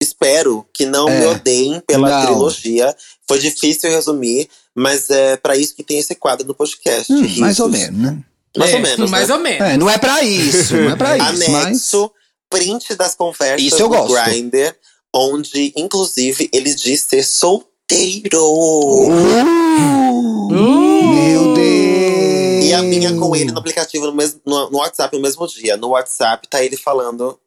[SPEAKER 2] Espero que não
[SPEAKER 5] É.
[SPEAKER 2] me odeiem pela
[SPEAKER 5] Não.
[SPEAKER 2] trilogia. Foi difícil resumir, mas é pra isso que tem esse quadro do podcast.
[SPEAKER 5] Hum, mais ou
[SPEAKER 2] Risos.
[SPEAKER 5] menos, né?
[SPEAKER 2] Mais
[SPEAKER 1] É,
[SPEAKER 2] ou menos.
[SPEAKER 1] Mais
[SPEAKER 2] né?
[SPEAKER 1] ou menos.
[SPEAKER 5] É, não é pra isso, não é pra isso, mas...
[SPEAKER 2] Anexo, print das conversas
[SPEAKER 5] Isso eu
[SPEAKER 2] do
[SPEAKER 5] gosto.
[SPEAKER 2] Grindr, onde, inclusive, ele diz ser solteiro.
[SPEAKER 5] Uh, Meu Deus!
[SPEAKER 2] E a minha com
[SPEAKER 5] Hum.
[SPEAKER 2] ele no aplicativo, no, mesmo, no, no WhatsApp, no mesmo dia. No WhatsApp, tá ele falando…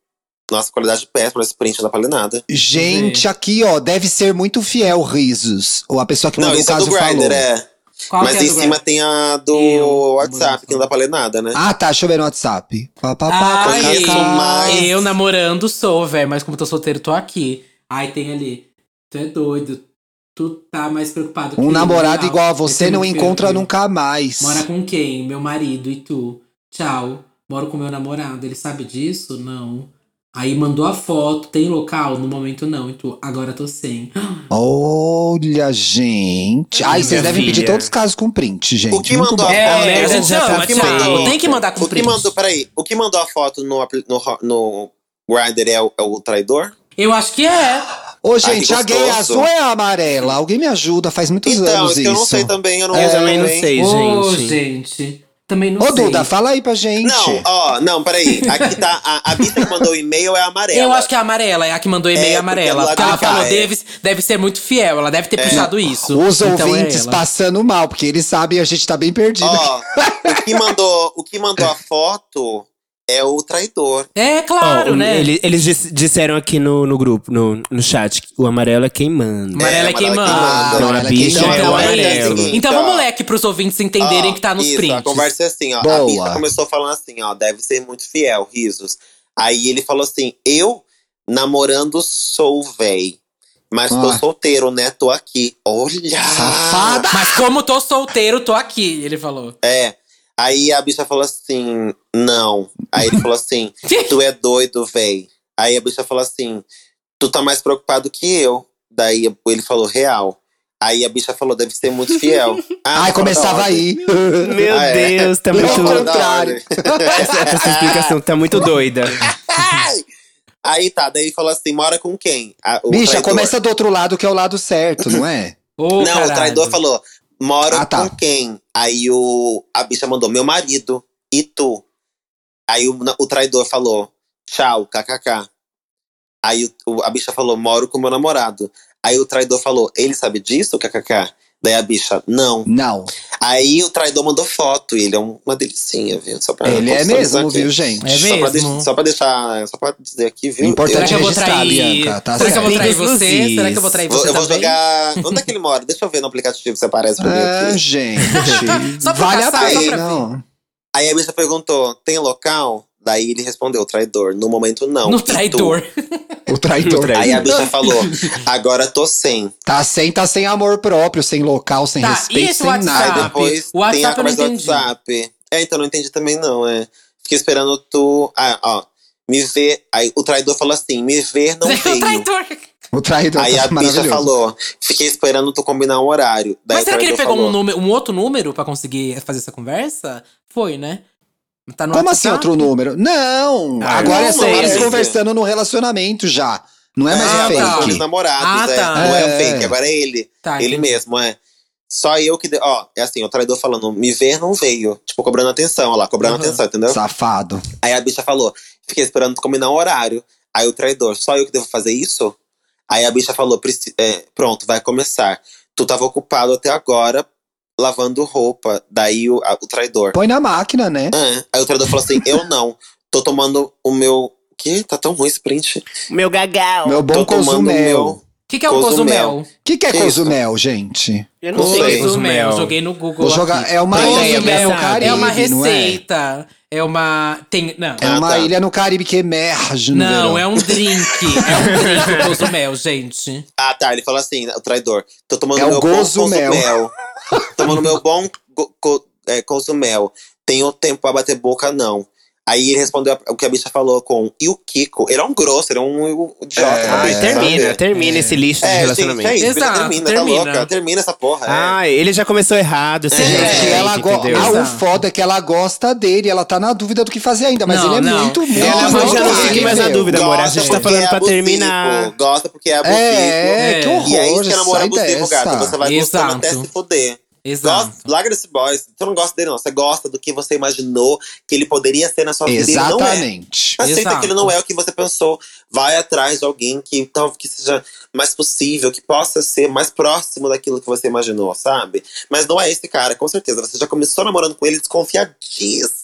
[SPEAKER 2] Nossa, qualidade péssima, esse print não vale nada.
[SPEAKER 5] Gente, aqui, ó, deve ser muito fiel, Risos. Ou a pessoa que
[SPEAKER 2] Não,
[SPEAKER 5] mandou o
[SPEAKER 2] isso é
[SPEAKER 5] caso
[SPEAKER 2] do
[SPEAKER 5] falou.
[SPEAKER 2] Grindr, é.
[SPEAKER 1] Qual
[SPEAKER 2] Mas
[SPEAKER 1] que é
[SPEAKER 2] em
[SPEAKER 1] do
[SPEAKER 2] cima
[SPEAKER 1] Grindr?
[SPEAKER 2] tem a do
[SPEAKER 1] Eu,
[SPEAKER 2] WhatsApp, que não dá pra ler nada, né?
[SPEAKER 5] Ah, tá, deixa eu ver no WhatsApp. Pá, pá, pá,
[SPEAKER 1] Ai,
[SPEAKER 5] cá,
[SPEAKER 2] conheço
[SPEAKER 5] cá.
[SPEAKER 2] mais.
[SPEAKER 1] eu namorando sou, velho, mas como tô solteiro, tô aqui. Aí tem ali, tu é doido, tu tá mais preocupado
[SPEAKER 5] Um
[SPEAKER 1] ele,
[SPEAKER 5] namorado
[SPEAKER 1] tchau.
[SPEAKER 5] igual a
[SPEAKER 1] Esse
[SPEAKER 5] você
[SPEAKER 1] é
[SPEAKER 5] não
[SPEAKER 1] meu
[SPEAKER 5] encontra
[SPEAKER 1] filho.
[SPEAKER 5] nunca mais.
[SPEAKER 1] Mora com quem? Meu marido e tu. Tchau. Moro com meu namorado. Ele sabe disso? Não. Aí mandou a foto. Tem local? No momento não. E tu, agora tô sem.
[SPEAKER 5] Olha, gente. Ai, vocês
[SPEAKER 3] Minha
[SPEAKER 5] devem pedir
[SPEAKER 3] filha.
[SPEAKER 5] todos os casos com print, gente.
[SPEAKER 2] O que
[SPEAKER 5] Muito
[SPEAKER 2] mandou
[SPEAKER 5] bom.
[SPEAKER 2] a
[SPEAKER 1] É,
[SPEAKER 2] foto?
[SPEAKER 3] né,
[SPEAKER 2] O
[SPEAKER 3] gente
[SPEAKER 2] que
[SPEAKER 3] já tá
[SPEAKER 2] mandou-
[SPEAKER 3] feito.
[SPEAKER 1] Tem que mandar com
[SPEAKER 2] O que
[SPEAKER 1] print.
[SPEAKER 2] mandou, peraí, o que mandou a foto no, apli- no, ro- no Grindr é o, é o traidor?
[SPEAKER 1] Eu acho que é.
[SPEAKER 5] Ô,
[SPEAKER 2] que
[SPEAKER 5] gente, a gay
[SPEAKER 2] gostoso.
[SPEAKER 5] azul é a amarela. Alguém me ajuda, faz muitos
[SPEAKER 2] então,
[SPEAKER 5] anos
[SPEAKER 2] isso
[SPEAKER 5] isso.
[SPEAKER 2] que eu não sei também,
[SPEAKER 1] É,
[SPEAKER 2] eu não,
[SPEAKER 3] Eu também não sei,
[SPEAKER 1] Ô,
[SPEAKER 3] gente.
[SPEAKER 1] gente. Também não
[SPEAKER 5] Ô,
[SPEAKER 1] sei.
[SPEAKER 5] Duda, fala aí pra gente.
[SPEAKER 2] Não, ó, não, peraí. Aqui tá. A, a Bita que mandou o e-mail é amarela.
[SPEAKER 1] Eu acho que é a amarela, é a que mandou
[SPEAKER 2] É,
[SPEAKER 1] e-mail
[SPEAKER 2] porque
[SPEAKER 1] amarela.
[SPEAKER 2] ela
[SPEAKER 1] Porque ela
[SPEAKER 2] tá,
[SPEAKER 1] falou,
[SPEAKER 2] é.
[SPEAKER 1] deve, deve ser muito fiel, ela deve ter puxado isso.
[SPEAKER 5] Os
[SPEAKER 1] Então é
[SPEAKER 5] ouvintes
[SPEAKER 1] ela.
[SPEAKER 5] passando mal, porque eles sabem a gente tá bem
[SPEAKER 1] é
[SPEAKER 5] perdido.
[SPEAKER 2] Ó, o que mandou, o que mandou a foto é o traidor.
[SPEAKER 1] É claro,
[SPEAKER 3] Ó, um,
[SPEAKER 1] né?
[SPEAKER 3] ele- eles dis- disseram aqui no, no grupo, no, no chat, que o amarelo é quem manda.
[SPEAKER 1] Amarela é quem manda.
[SPEAKER 3] Então a
[SPEAKER 5] amarela
[SPEAKER 3] bicha
[SPEAKER 5] quem
[SPEAKER 1] Então,
[SPEAKER 3] é
[SPEAKER 5] manda.
[SPEAKER 3] o
[SPEAKER 1] então é isso.
[SPEAKER 3] amarelo.
[SPEAKER 2] Então,
[SPEAKER 1] Então vamos ler aqui pros ouvintes entenderem
[SPEAKER 2] Ó,
[SPEAKER 1] que tá nos
[SPEAKER 2] isso, A
[SPEAKER 1] prints.
[SPEAKER 2] conversa é assim, ó.
[SPEAKER 5] Boa.
[SPEAKER 2] A Bita começou falando assim, ó, deve ser muito fiel, risos. Aí ele falou assim: eu namorando sou véi. Mas tô
[SPEAKER 5] Ah.
[SPEAKER 2] solteiro, né? Tô aqui. Olha!
[SPEAKER 5] Safada!
[SPEAKER 1] Mas como tô solteiro, tô aqui, ele falou.
[SPEAKER 2] É. Aí a bicha falou assim, não. Aí ele falou assim,
[SPEAKER 1] [LAUGHS]
[SPEAKER 2] tu é doido, véi. Aí a bicha falou assim, tu tá mais preocupado que eu. Daí ele falou, real. Aí a bicha falou, deve ser muito fiel. Ah,
[SPEAKER 5] [LAUGHS]
[SPEAKER 2] fora da
[SPEAKER 5] Ai, começava
[SPEAKER 2] ordem.
[SPEAKER 5] aí.
[SPEAKER 3] Meu É,
[SPEAKER 2] Ah, é.
[SPEAKER 3] Deus, tá
[SPEAKER 5] Não,
[SPEAKER 3] muito.
[SPEAKER 5] não, [LAUGHS]
[SPEAKER 2] Fora da
[SPEAKER 5] contrário.
[SPEAKER 2] ordem.
[SPEAKER 5] [LAUGHS]
[SPEAKER 3] Essa, essa explicação tá muito doida.
[SPEAKER 2] [LAUGHS] Ai! Aí tá, daí ele falou assim, mora com quem? A- o
[SPEAKER 5] Bicha,
[SPEAKER 2] traidor.
[SPEAKER 5] começa do outro lado, que é o lado certo, não é?
[SPEAKER 1] Ô,
[SPEAKER 2] Não,
[SPEAKER 1] caralho.
[SPEAKER 2] o traidor falou, mora
[SPEAKER 5] Ah, tá.
[SPEAKER 2] com quem? Aí o, a bicha mandou, meu marido, e tu? Aí o, o traidor falou, tchau, kkk. Aí o- o- a bicha falou, moro com meu namorado. Aí o traidor falou, ele sabe disso, kkk? Daí a bicha, não.
[SPEAKER 5] Não.
[SPEAKER 2] Aí o traidor mandou foto, e ele é um- uma delicinha, viu? Só pra-
[SPEAKER 5] Ele é
[SPEAKER 2] só
[SPEAKER 5] mesmo,
[SPEAKER 2] dizer
[SPEAKER 5] viu,
[SPEAKER 2] aqui.
[SPEAKER 5] gente?
[SPEAKER 1] É
[SPEAKER 2] Só pra,
[SPEAKER 1] mesmo?
[SPEAKER 2] deix- só pra deixar, só pra dizer aqui, viu?
[SPEAKER 5] Importante
[SPEAKER 1] Será que eu vou
[SPEAKER 5] Registrar,
[SPEAKER 1] trair?
[SPEAKER 5] Bianca, tá
[SPEAKER 1] Será que eu vou
[SPEAKER 3] certo.
[SPEAKER 1] trair você?
[SPEAKER 3] Inclusive.
[SPEAKER 1] Será que eu vou trair
[SPEAKER 2] Eu, vou-
[SPEAKER 1] você
[SPEAKER 2] eu vou
[SPEAKER 1] também?
[SPEAKER 2] jogar. Onde é que ele mora? Deixa eu ver no aplicativo se aparece pra mim aqui.
[SPEAKER 5] É, gente.
[SPEAKER 1] Tá, Só pra
[SPEAKER 5] vale a
[SPEAKER 1] caçar, só
[SPEAKER 5] pena.
[SPEAKER 1] pra
[SPEAKER 5] não.
[SPEAKER 2] Aí a bicha perguntou: tem local? Daí ele respondeu: traidor. No momento, não. E
[SPEAKER 1] No
[SPEAKER 2] tu?
[SPEAKER 1] traidor.
[SPEAKER 5] O traidor.
[SPEAKER 3] traidor.
[SPEAKER 2] Aí
[SPEAKER 1] [LAUGHS]
[SPEAKER 2] a bicha falou: agora tô sem.
[SPEAKER 5] Tá sem, tá sem amor próprio, sem local, sem
[SPEAKER 1] Tá, e
[SPEAKER 5] respeito,
[SPEAKER 1] esse
[SPEAKER 5] sem
[SPEAKER 1] WhatsApp?
[SPEAKER 2] Aí
[SPEAKER 5] nada.
[SPEAKER 2] depois
[SPEAKER 1] O WhatsApp
[SPEAKER 2] tem a
[SPEAKER 1] eu
[SPEAKER 2] conversa
[SPEAKER 1] não
[SPEAKER 2] do
[SPEAKER 1] entendi.
[SPEAKER 2] WhatsApp. É, então não entendi também, não. É. Fiquei esperando tu. Ah, ó. Me ver. Aí o traidor falou assim: me ver não
[SPEAKER 1] [LAUGHS] o
[SPEAKER 2] veio.
[SPEAKER 1] traidor.
[SPEAKER 5] O traidor
[SPEAKER 2] Aí
[SPEAKER 5] tá
[SPEAKER 2] a bicha
[SPEAKER 5] maravilhoso.
[SPEAKER 2] falou: fiquei esperando tu combinar um horário. Daí
[SPEAKER 1] Mas
[SPEAKER 2] o
[SPEAKER 1] será que ele pegou
[SPEAKER 2] traidor falou,
[SPEAKER 1] um, número- um outro número pra conseguir fazer essa conversa? Foi, né? Tá no
[SPEAKER 5] Como assim
[SPEAKER 1] WhatsApp?
[SPEAKER 5] outro número? Não!
[SPEAKER 3] Ah,
[SPEAKER 5] agora
[SPEAKER 2] não,
[SPEAKER 5] é são
[SPEAKER 2] não,
[SPEAKER 5] eles
[SPEAKER 2] não.
[SPEAKER 5] conversando no relacionamento já. Não é mais
[SPEAKER 1] Ah,
[SPEAKER 5] um
[SPEAKER 1] tá.
[SPEAKER 5] fake.
[SPEAKER 2] Os namorados,
[SPEAKER 1] Ah,
[SPEAKER 2] é.
[SPEAKER 1] tá.
[SPEAKER 2] Não é,
[SPEAKER 5] É.
[SPEAKER 2] fake, agora é ele.
[SPEAKER 1] Tá,
[SPEAKER 2] ele
[SPEAKER 1] entendi.
[SPEAKER 2] mesmo, é. Só eu que. de- Ó, é assim, o traidor falando, me ver não veio. Tipo, cobrando atenção, ó lá, cobrando
[SPEAKER 1] Aham.
[SPEAKER 2] atenção, entendeu?
[SPEAKER 5] Safado.
[SPEAKER 2] Aí a bicha falou, fiquei esperando tu combinar um horário. Aí o traidor, só eu que devo fazer isso? Aí a bicha falou, "Preci- é, pronto, vai começar. Tu tava ocupado até agora lavando roupa. Daí o, a- o traidor.
[SPEAKER 5] Põe na máquina, né?
[SPEAKER 2] "Ah." Aí o traidor falou assim, eu não. Tô tomando o meu. Que? Tá tão ruim esse print.
[SPEAKER 3] Meu gagal.
[SPEAKER 5] Meu
[SPEAKER 2] Tô
[SPEAKER 5] bom
[SPEAKER 2] tomando o
[SPEAKER 5] Cozumel.
[SPEAKER 2] meu.
[SPEAKER 1] O que, que é o
[SPEAKER 2] Cozumel.
[SPEAKER 1] Cozumel?
[SPEAKER 5] O que, que é
[SPEAKER 2] Isso.
[SPEAKER 5] Cozumel, gente?
[SPEAKER 3] Eu
[SPEAKER 2] não sei.
[SPEAKER 3] o Cozumel.
[SPEAKER 1] Joguei no Google.
[SPEAKER 5] Vou
[SPEAKER 1] aqui.
[SPEAKER 5] jogar. É uma
[SPEAKER 3] Tem
[SPEAKER 5] ilha
[SPEAKER 3] ideia,
[SPEAKER 5] no
[SPEAKER 3] Cozumel,
[SPEAKER 1] Cozumel
[SPEAKER 5] Caribe.
[SPEAKER 1] é uma
[SPEAKER 5] não é?
[SPEAKER 1] receita. É uma. Tem. Não.
[SPEAKER 5] É
[SPEAKER 2] Ah,
[SPEAKER 5] uma
[SPEAKER 2] tá.
[SPEAKER 5] ilha no Caribe que emerge no
[SPEAKER 1] Não,
[SPEAKER 5] verão.
[SPEAKER 1] é um drink. É um drink o Cozumel, gente.
[SPEAKER 2] Ah, tá. Ele fala assim, o traidor. Tô tomando
[SPEAKER 5] É o
[SPEAKER 2] meu
[SPEAKER 5] gozo
[SPEAKER 2] bom
[SPEAKER 5] mel.
[SPEAKER 3] [LAUGHS]
[SPEAKER 2] consumel. tomando meu bom go, co- é, consumel. Tenho tempo pra bater boca, não. Aí ele respondeu a- o que a bicha falou com e o Kiko. Ele é um grosso, ele é um idiota.
[SPEAKER 5] É.
[SPEAKER 2] né,
[SPEAKER 3] Ai,
[SPEAKER 2] bicha,
[SPEAKER 3] Ah, termina,
[SPEAKER 2] sabe?
[SPEAKER 3] termina esse lixo de
[SPEAKER 2] É, gente,
[SPEAKER 3] relacionamento.
[SPEAKER 2] é isso, bicha,
[SPEAKER 1] Exato,
[SPEAKER 2] termina,
[SPEAKER 1] termina. Ah,
[SPEAKER 2] tá louca? Termina essa porra. é.
[SPEAKER 3] Ai, Ah, ele já começou errado.
[SPEAKER 5] Gente,
[SPEAKER 3] simplesmente,
[SPEAKER 5] ela go...
[SPEAKER 3] entendeu?
[SPEAKER 5] ah, o
[SPEAKER 1] Exato.
[SPEAKER 5] foda é que ela gosta dele, ela tá na dúvida do que fazer ainda, mas
[SPEAKER 1] Não,
[SPEAKER 5] ele é
[SPEAKER 1] não.
[SPEAKER 5] muito, muito.
[SPEAKER 3] Ela
[SPEAKER 5] muito
[SPEAKER 3] já não fique
[SPEAKER 5] horrível.
[SPEAKER 3] mais na dúvida.
[SPEAKER 2] é Gosta
[SPEAKER 3] amor, a gente tá
[SPEAKER 2] porque
[SPEAKER 3] falando
[SPEAKER 2] é
[SPEAKER 3] pra
[SPEAKER 2] abusivo,
[SPEAKER 3] terminar.
[SPEAKER 2] Gosta porque é abusivo.
[SPEAKER 5] É,
[SPEAKER 1] É.
[SPEAKER 5] que
[SPEAKER 2] E aí,
[SPEAKER 5] horror,
[SPEAKER 2] se é namoro
[SPEAKER 5] sai
[SPEAKER 2] abusivo, gato, você assim,
[SPEAKER 5] dessa.
[SPEAKER 2] vai gostando até
[SPEAKER 1] Exato.
[SPEAKER 2] se foder.
[SPEAKER 1] Exato.
[SPEAKER 2] Gosta, larga desse boy. Você não gosta dele, não. Você gosta do que você imaginou que ele poderia ser na sua vida. e ele não é.
[SPEAKER 5] Exatamente.
[SPEAKER 2] Aceita
[SPEAKER 1] Exato.
[SPEAKER 2] que ele não é o que você pensou. Vai atrás de alguém que, tal, que seja mais possível, que possa ser mais próximo daquilo que você imaginou, sabe? Mas não é esse cara, com certeza. Você já começou namorando com ele desconfiadíssima.